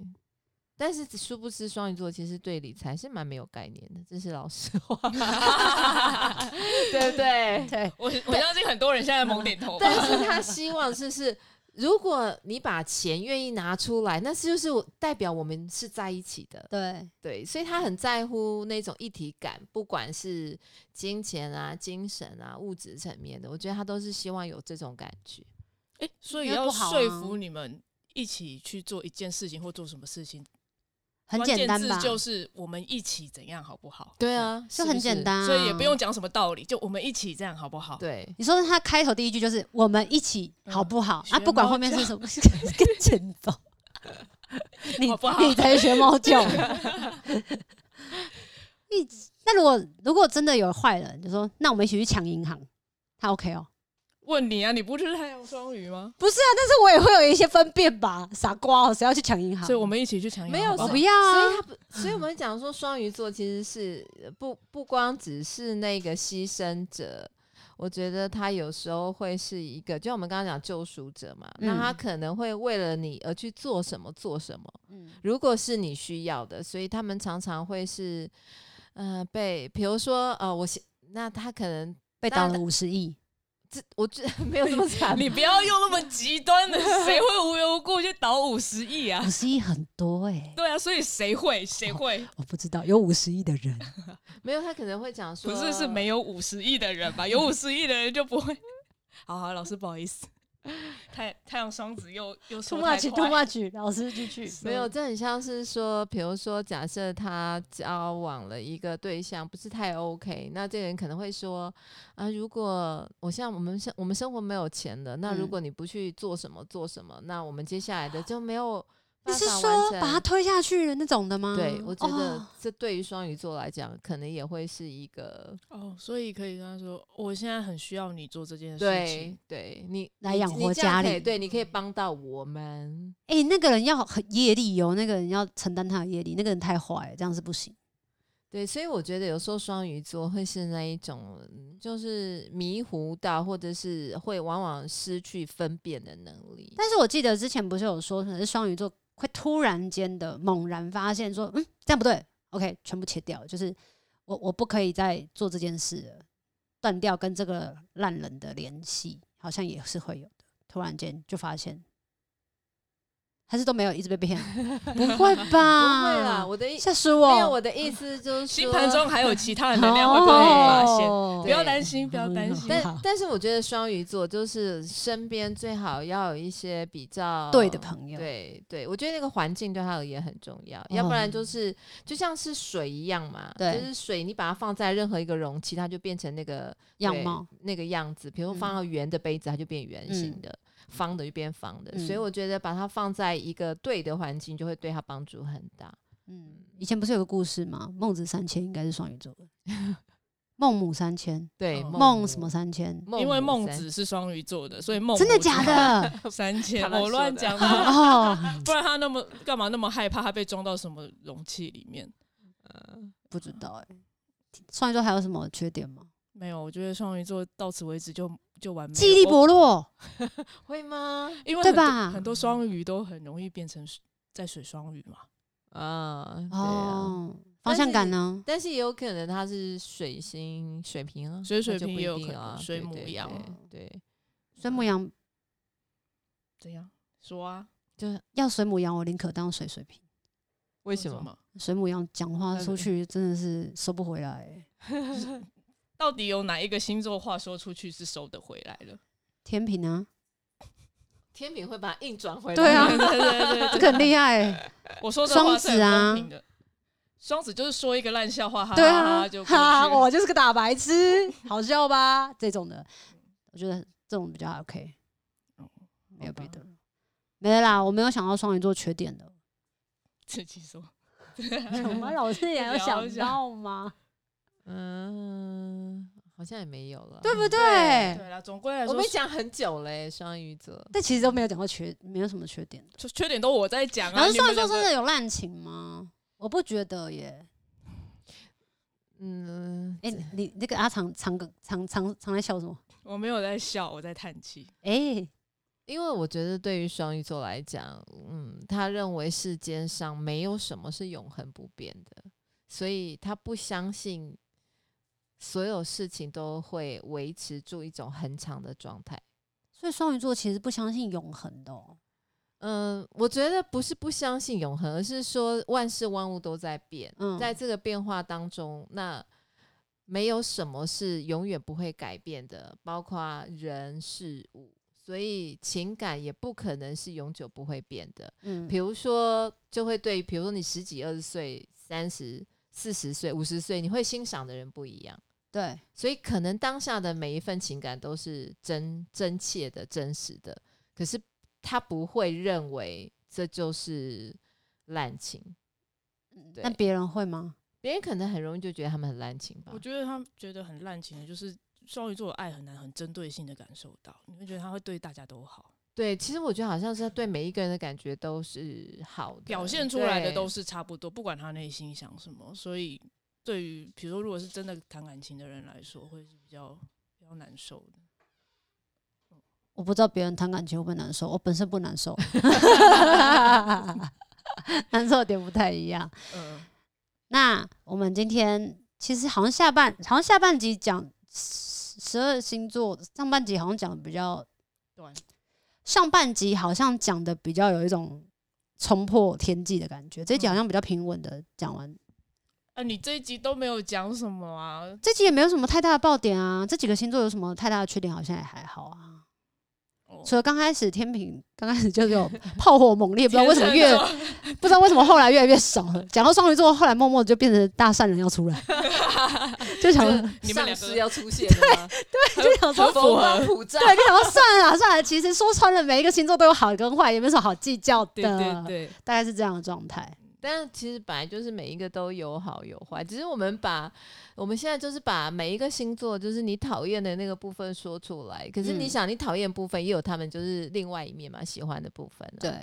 Speaker 3: 但是殊不知，双鱼座其实对理财是蛮没有概念的，这是老实 话，对不对？
Speaker 1: 对，
Speaker 2: 我我相信很多人现在猛点头吧。
Speaker 3: 但是他希望就是，如果你把钱愿意拿出来，那就是我代表我们是在一起的，
Speaker 1: 对，
Speaker 3: 对，所以他很在乎那种一体感，不管是金钱啊、精神啊、物质层面的，我觉得他都是希望有这种感觉。
Speaker 2: 哎、所以
Speaker 1: 应该
Speaker 2: 要
Speaker 1: 不好
Speaker 2: 说
Speaker 1: 啊
Speaker 2: 服你们一起去做一件事情或做什么事情，
Speaker 1: 很
Speaker 2: 关
Speaker 1: 简
Speaker 2: 键
Speaker 1: 单
Speaker 2: 字
Speaker 1: 吧？
Speaker 2: 就是我们一起怎样好不好？嗯
Speaker 3: 对啊，
Speaker 1: 就很简，单，
Speaker 2: 所以也不用。讲什么道理，就我们一起这样好不好？
Speaker 3: 对，
Speaker 1: 你说他开头第一句就是“我们一起好不好”
Speaker 2: 嗯
Speaker 1: 啊，不管后面是 什么，跟前走。你
Speaker 2: 好不好
Speaker 1: 你才学猫 叫。一直那如果如果真的有坏人，就说那我们一起去抢银行，他 OK 哦？
Speaker 2: 问你啊，你不是太阳双鱼吗？
Speaker 1: 不是啊，但是我也会有一些分辨吧，傻瓜哦，谁要去抢银行？
Speaker 2: 所以我们一起去抢银行
Speaker 3: 没有
Speaker 2: 好不
Speaker 1: 我
Speaker 2: 好
Speaker 1: 不要啊，
Speaker 3: 所以他不，所以我们讲说双鱼座其实是呃不不光只是那个牺牲者。我觉得他有时候会是一个，就像我们刚刚讲救赎者嘛，那他
Speaker 1: 嗯
Speaker 3: 可能会为了你而去做什么做什么，
Speaker 1: 嗯
Speaker 3: 如果是你需要的，所以他们常常会是，呃，被比如说呃，我先那他可能
Speaker 1: 被倒了五十 亿，
Speaker 3: 这我这 没有这么惨，
Speaker 2: 你不要用那么极端的，谁会无缘无故就倒五十亿啊
Speaker 1: 五？十亿很多哎，
Speaker 2: 对啊，所以谁会？谁会？
Speaker 1: 我不知道有五十亿的 人，
Speaker 3: 没有他可能会讲说，
Speaker 2: 不是是没有五十亿的人吧？有五十亿的人就不会。 好好，老师不好意思， 太太阳双子又又说
Speaker 1: too
Speaker 2: 太
Speaker 1: much
Speaker 2: 快
Speaker 1: too much，老师继续。
Speaker 3: 没有，这很像是说，比如说，假设他交往了一个对象不是太 OK，那这个人可能会说啊，如果我像我们生我们生活没有钱了，那如
Speaker 1: 嗯
Speaker 3: 果你不去做什么做什么，那我们接下来的就没有
Speaker 1: 你
Speaker 3: 办
Speaker 1: 是
Speaker 3: 法完
Speaker 1: 说把
Speaker 3: 成
Speaker 1: 他推下去的那种的吗？
Speaker 3: 对，我觉得
Speaker 1: 哦
Speaker 3: 这对于双鱼座来讲，可能也会是一个
Speaker 2: 哦，所以可以跟他说，我现在很需要你做这件事
Speaker 3: 对
Speaker 2: 情。
Speaker 3: 对你
Speaker 1: 来
Speaker 3: 你
Speaker 1: 养
Speaker 3: 你
Speaker 1: 活
Speaker 3: 这
Speaker 1: 家
Speaker 3: 样可以
Speaker 1: 里
Speaker 3: 对，你可以帮到我们。
Speaker 1: 哎、那个人要很业力哦，那个人要承担他的业力，那个人太坏了，这样是不行。
Speaker 3: 对，所以我觉得有时候双鱼座会是那一种，嗯就是迷糊到，或者是会往往失去分辨的能力。
Speaker 1: 但是我记得之前不是有说，可能是双鱼座会突然间的猛然发现说，嗯，这样不对，OK，全部切掉，就是我我不可以再做这件事了，断掉跟这个烂人的联系，好像也是会有的。突然间就发现，还是都没有一直被 骗，不会吧？不
Speaker 3: 不会
Speaker 1: 啊
Speaker 3: 啦，我的意
Speaker 1: 吓死我！
Speaker 3: 没有我的意思就是
Speaker 2: 星
Speaker 3: 说
Speaker 2: 盘中还有其他的能量会被你发现，
Speaker 1: 哦
Speaker 2: 不要
Speaker 3: 对
Speaker 2: 担心，不要担心。
Speaker 1: 好
Speaker 3: 但但是我觉得双鱼座就是身边最好要有一些比较
Speaker 1: 对的朋友
Speaker 3: 对对，我觉得那个环境对他而言很重要，要不然
Speaker 1: 嗯
Speaker 3: 就是就像是水一样嘛，
Speaker 1: 对
Speaker 3: 就是水你把它放在任何一个容器，它就变成那个
Speaker 1: 样
Speaker 3: 对
Speaker 1: 貌，
Speaker 3: 那个样子。比如放到圆的杯子，它就变圆形
Speaker 1: 嗯
Speaker 3: 的；方的就变方的。所以
Speaker 1: 嗯
Speaker 3: 我觉得把它放在一个对的环境，就会对它帮助很大。
Speaker 1: 嗯，以前不是有个故事吗？孟子三千应该是双鱼座的， 孟母三迁，
Speaker 3: 对，
Speaker 2: 哦
Speaker 1: 孟什么？三迁，
Speaker 3: 孟
Speaker 2: 因为
Speaker 3: 母
Speaker 2: 孟
Speaker 3: 三
Speaker 2: 子是双鱼座的，所以孟
Speaker 1: 真的
Speaker 2: 母
Speaker 1: 假
Speaker 2: 就
Speaker 1: 的？
Speaker 2: 三
Speaker 3: 他
Speaker 2: 千，
Speaker 3: 乱
Speaker 2: 我乱
Speaker 3: 说的
Speaker 2: 讲 的，
Speaker 1: 哦，
Speaker 2: 不然他那么干嘛那么害怕他被装到什么容器里面？
Speaker 1: 不知道哎、双鱼座还有什么缺点吗？
Speaker 2: 没有，我觉得双鱼座到此为止就就完美了。
Speaker 1: 记忆力
Speaker 2: 我
Speaker 1: 薄弱，
Speaker 3: 会吗？
Speaker 2: 因为
Speaker 1: 对
Speaker 2: 很多
Speaker 1: 吧
Speaker 2: 很多双鱼都很容易变成水在水双鱼嘛。
Speaker 3: 啊，对啊。
Speaker 1: 哦，方向感呢？
Speaker 3: 但是也有可能它是水星水瓶啊，
Speaker 2: 所以水
Speaker 3: 那就
Speaker 2: 瓶
Speaker 3: 不
Speaker 2: 也
Speaker 3: 一
Speaker 2: 有
Speaker 3: 定
Speaker 2: 可能
Speaker 3: 啊，
Speaker 2: 水
Speaker 3: 对
Speaker 2: 母
Speaker 3: 对
Speaker 2: 一样
Speaker 3: 对，对啊
Speaker 1: 水母羊
Speaker 2: 怎样说啊？
Speaker 3: 就是
Speaker 1: 要水母羊，我宁可当水水瓶。
Speaker 3: 为什么？？
Speaker 1: 水母羊讲话
Speaker 3: 那
Speaker 1: 出去真的是收不回来欸、
Speaker 2: 到底有哪一个星座话说出去是收得回来了？
Speaker 1: 天平啊，
Speaker 3: 天平会把它硬转回来。
Speaker 4: 对啊
Speaker 2: 对对对对
Speaker 4: 这个很厉害欸，
Speaker 2: 我说的
Speaker 1: 双
Speaker 2: 话是很
Speaker 1: 子啊
Speaker 2: 公平的。双子就是说一个烂笑话，哈
Speaker 4: 对
Speaker 2: 哈
Speaker 4: 啊
Speaker 2: 哈就过去
Speaker 1: 哈，我就是个大白痴，好笑吧？这种的，我觉得这种比较 OK，
Speaker 2: 哦
Speaker 1: 没有
Speaker 2: 好吧
Speaker 1: 别的了，没了啦，我没有想到双鱼座缺点的，
Speaker 2: 自己说。
Speaker 1: 有吗？老师也有
Speaker 2: 聊
Speaker 1: 想
Speaker 2: 一下
Speaker 1: 到吗？
Speaker 3: 嗯，好像也没有了。
Speaker 1: 对不
Speaker 2: 对
Speaker 1: 对？
Speaker 2: 对啦，总归来
Speaker 3: 我
Speaker 2: 说
Speaker 3: 们，讲很久嘞、双鱼座。
Speaker 1: 但其实都没有讲过缺，没有什么缺点的。
Speaker 2: 缺缺点都我在讲啊。
Speaker 1: 然后
Speaker 2: 你
Speaker 1: 双
Speaker 2: 们
Speaker 1: 鱼座
Speaker 2: 两个
Speaker 1: 真的有滥情吗？我不觉得耶。
Speaker 3: 嗯，
Speaker 1: 哎、你你那个阿长长个长长长在笑什么？
Speaker 2: 我没有在笑，我在叹气。
Speaker 1: 哎、
Speaker 3: 因为我觉得对于双鱼座来讲，嗯，他认为世间上没有什么是永恒不变的，所以他不相信所有事情都会维持住一种很长的状态。
Speaker 1: 所以双鱼座其实不相信永恒的、哦。
Speaker 3: 嗯，我觉得不是不相信永恒，而是说万事万物都在变，
Speaker 1: 嗯
Speaker 3: 在这个变化当中，那没有什么是永远不会改变的，包括人事物，所以情感也不可能是永久不会变的。
Speaker 1: 嗯
Speaker 3: 比如说，就会对，比如说你十几、二十岁、三十、四十岁、五十岁，你会欣赏的人不一样，
Speaker 1: 对，
Speaker 3: 所以可能当下的每一份情感都是真真切的、真实的，可是他不会认为这就是滥情，
Speaker 1: 嗯
Speaker 3: 对
Speaker 1: 那别人会吗？
Speaker 3: 别人可能很容易就觉得他们很滥情
Speaker 1: 啊
Speaker 3: 吧
Speaker 2: 我。觉得他们觉得很滥情的，就是双鱼座的爱很难很针对性的感受到，你会觉得他会对大家都好，
Speaker 3: 对，其实我觉得好像是他对每一个人的感觉都是好的，
Speaker 2: 表现出来的都
Speaker 3: 是。
Speaker 2: 是 差不多，不管他内心想什么。所以对于比如说如果是真的谈感情的人来说，会是比较比较难受的。
Speaker 1: 我不知道别人谈感情会不会难受，我本身不难 受，难受的点不太一样。
Speaker 2: 嗯，
Speaker 1: 那我们今天其实好像下半，好像下半集讲十十二星座，上半集好像讲的比较
Speaker 2: 短，
Speaker 1: 上半集好像讲的比较有一种冲破天际的感觉，这集好像比较平稳的讲完，
Speaker 2: 啊，你这一集都没有讲什么啊？
Speaker 1: 这集也没有什么太大的爆点啊。这几个星座有什么太大的缺点，好像也还好啊。
Speaker 2: 哦
Speaker 1: 除了刚开始天平刚开始就是有炮火猛烈，不知道为什么
Speaker 2: 天
Speaker 1: 越
Speaker 2: 秤座
Speaker 1: 不知道为什么后来越来越少了。讲到双鱼座，后来默默就变成大善人要出来，就想
Speaker 3: 就是
Speaker 1: 说
Speaker 2: 你们
Speaker 3: 上
Speaker 2: 两
Speaker 3: 司
Speaker 2: 个
Speaker 3: 要出现了吗？
Speaker 1: 就想说
Speaker 2: 很符
Speaker 3: 逢
Speaker 2: 合
Speaker 3: 帮普照
Speaker 1: 对，就想说算了啦算了。其实说穿了，每一个星座都有好跟坏，也没什么好计较的。
Speaker 2: 对 对对，
Speaker 1: 大概是这样的状态。
Speaker 3: 但其实本来就是每一个都有好有坏，只是我们把我们现在就是把每一个星座，就是你讨厌的那个部分说出来。可是你
Speaker 1: 嗯
Speaker 3: 想，你讨厌的部分也有他们就是另外一面嘛，喜欢的部分、啊。
Speaker 1: 对，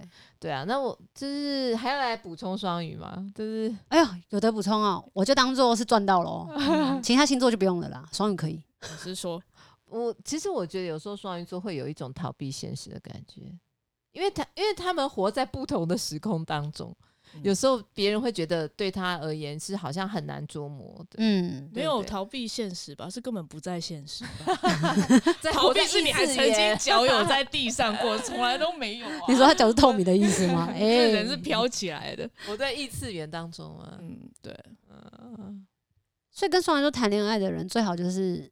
Speaker 3: 对啊，那我就是还要来补充双鱼嘛，就是
Speaker 1: 哎呦，有得补充哦，我就当做是赚到了 哦。其他星座就不用了啦，双鱼可以。
Speaker 2: 老实说，
Speaker 3: 我其实我觉得有时候双鱼座会有一种逃避现实的感觉，因为他因为他们活在不同的时空当中，
Speaker 2: 嗯
Speaker 3: 有时候别人会觉得对他而言是好像很难捉摸 的，
Speaker 1: 嗯，
Speaker 2: 没有
Speaker 3: 对
Speaker 2: 逃避现实吧？是根本不在现实吧？
Speaker 3: 在
Speaker 2: 逃
Speaker 3: 活在
Speaker 2: 避是
Speaker 3: 异
Speaker 2: 你还
Speaker 3: 次
Speaker 2: 曾经
Speaker 3: 元
Speaker 2: 脚有在地上过，从来都没有啊。
Speaker 1: 你说他脚是透明的意思 吗？哎、
Speaker 2: 这人是飘起来的。
Speaker 3: 我在异次元当中啊，
Speaker 2: 嗯，对，
Speaker 3: 嗯，
Speaker 1: 所以跟双鱼座谈恋爱的人，最好就是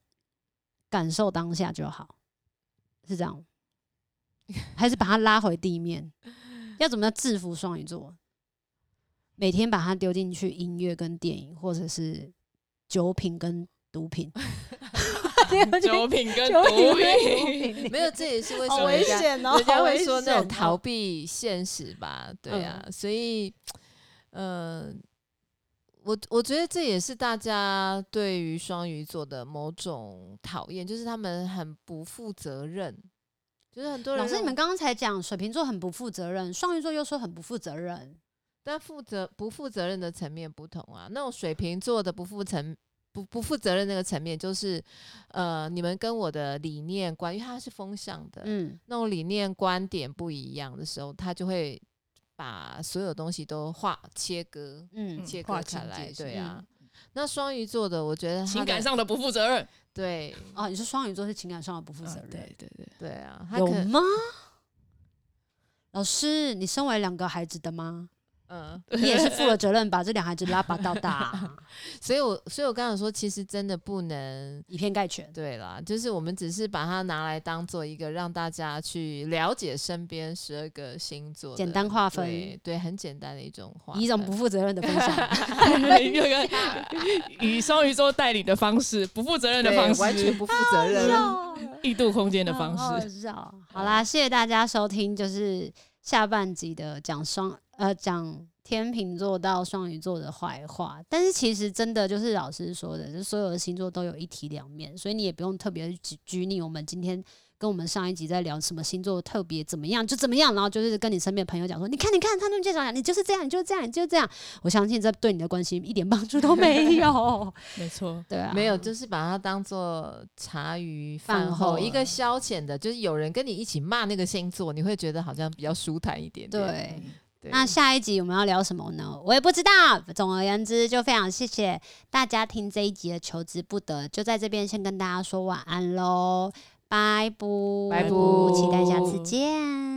Speaker 1: 感受当下就好，是这样吗，还是把他拉回地面？要怎么样制服双鱼座？每天把他丢进去音乐跟电影，或者是酒品跟毒品。
Speaker 2: 酒品跟
Speaker 1: 酒
Speaker 2: 毒
Speaker 1: 品
Speaker 2: 品，
Speaker 1: 跟毒
Speaker 3: 没有，这也是为什
Speaker 1: 好
Speaker 3: 么
Speaker 1: 危
Speaker 3: 人家
Speaker 1: 险哦！嗯
Speaker 3: 人家会说那种
Speaker 1: 逃
Speaker 3: 逃避现实吧，对啊，所以，呃，我我觉得这也是大家对于双鱼座的某种讨厌，就是他们很不负责任，就是很多人
Speaker 1: 老师，
Speaker 3: 认
Speaker 1: 你
Speaker 3: 为
Speaker 1: 们刚刚才讲水瓶座很不负责任，双鱼座又说很不负责任，
Speaker 3: 但负责不负责任的层面不同啊，那种水瓶座的不负层。不不负责任那个层面就是，呃，你们跟我的理念观，因为它是风向的，
Speaker 1: 嗯，
Speaker 3: 那种理念观点不一样的时候，他就会把所有东西都划切割、
Speaker 1: 嗯
Speaker 2: 嗯
Speaker 3: 切
Speaker 2: 划
Speaker 3: 割
Speaker 2: 清
Speaker 3: 开来。
Speaker 2: 界限嗯
Speaker 3: 对啊，那双鱼座的，我觉得他
Speaker 2: 情
Speaker 3: 的
Speaker 2: 感上的不负责任。
Speaker 3: 对
Speaker 1: 哦，你说双鱼座是情感上的不负责
Speaker 2: 啊
Speaker 1: 任，
Speaker 2: 对对，
Speaker 3: 嗯 对啊，他
Speaker 1: 有
Speaker 3: 可
Speaker 1: 吗？老师，你身为两个孩子的妈，
Speaker 3: 嗯，
Speaker 1: 你也是负了责任，把这两孩子拉拔到大 啊，
Speaker 3: 所以我所以我刚才说，其实真的不能
Speaker 1: 以偏概全。
Speaker 3: 对啦，就是我们只是把它拿来当做一个让大家去了解身边十二个星座的，
Speaker 1: 简单划分
Speaker 3: 对对，很简单的一种划分，
Speaker 1: 以一种不负责任的分 享，
Speaker 2: 有一个以双鱼座带领的方式，不负责任的
Speaker 3: 对
Speaker 2: 方
Speaker 3: 完全嗯
Speaker 2: 式，
Speaker 3: 不负责 任。
Speaker 2: 异度空间的方
Speaker 1: 嗯好好
Speaker 2: 式。
Speaker 1: 笑。哦好啦，谢谢大家收听，就是下半集的讲双呃讲天秤座到双鱼座的坏话。但是其实真的就是老师说的，就所有的星座都有一体两面，所以你也不用特别拘拘泥我们今天。跟我们上一集在聊什么星座特别怎么样就怎么样，然后就是跟你身边的朋友讲说，你看你看他们这样，你就是这样，你就是这样，你就是这样。我相信这对你的关系一点帮助都没 有。
Speaker 2: 没错，
Speaker 1: 对啊，
Speaker 3: 没有，就是把它当做茶余
Speaker 1: 饭
Speaker 3: 饭
Speaker 1: 后
Speaker 3: 后一
Speaker 1: 了
Speaker 3: 个消遣的，就是有人跟你一起骂那个星座，你会觉得好像比较舒坦一点点。
Speaker 1: 对。
Speaker 3: 对
Speaker 1: 那下一集我们要聊什么呢？我也不知道。总而言之，就非常谢谢大家听这一集的求之不得，就在这边先跟大家说晚安喽，拜不，
Speaker 3: 拜
Speaker 2: 不
Speaker 1: 期待下次见。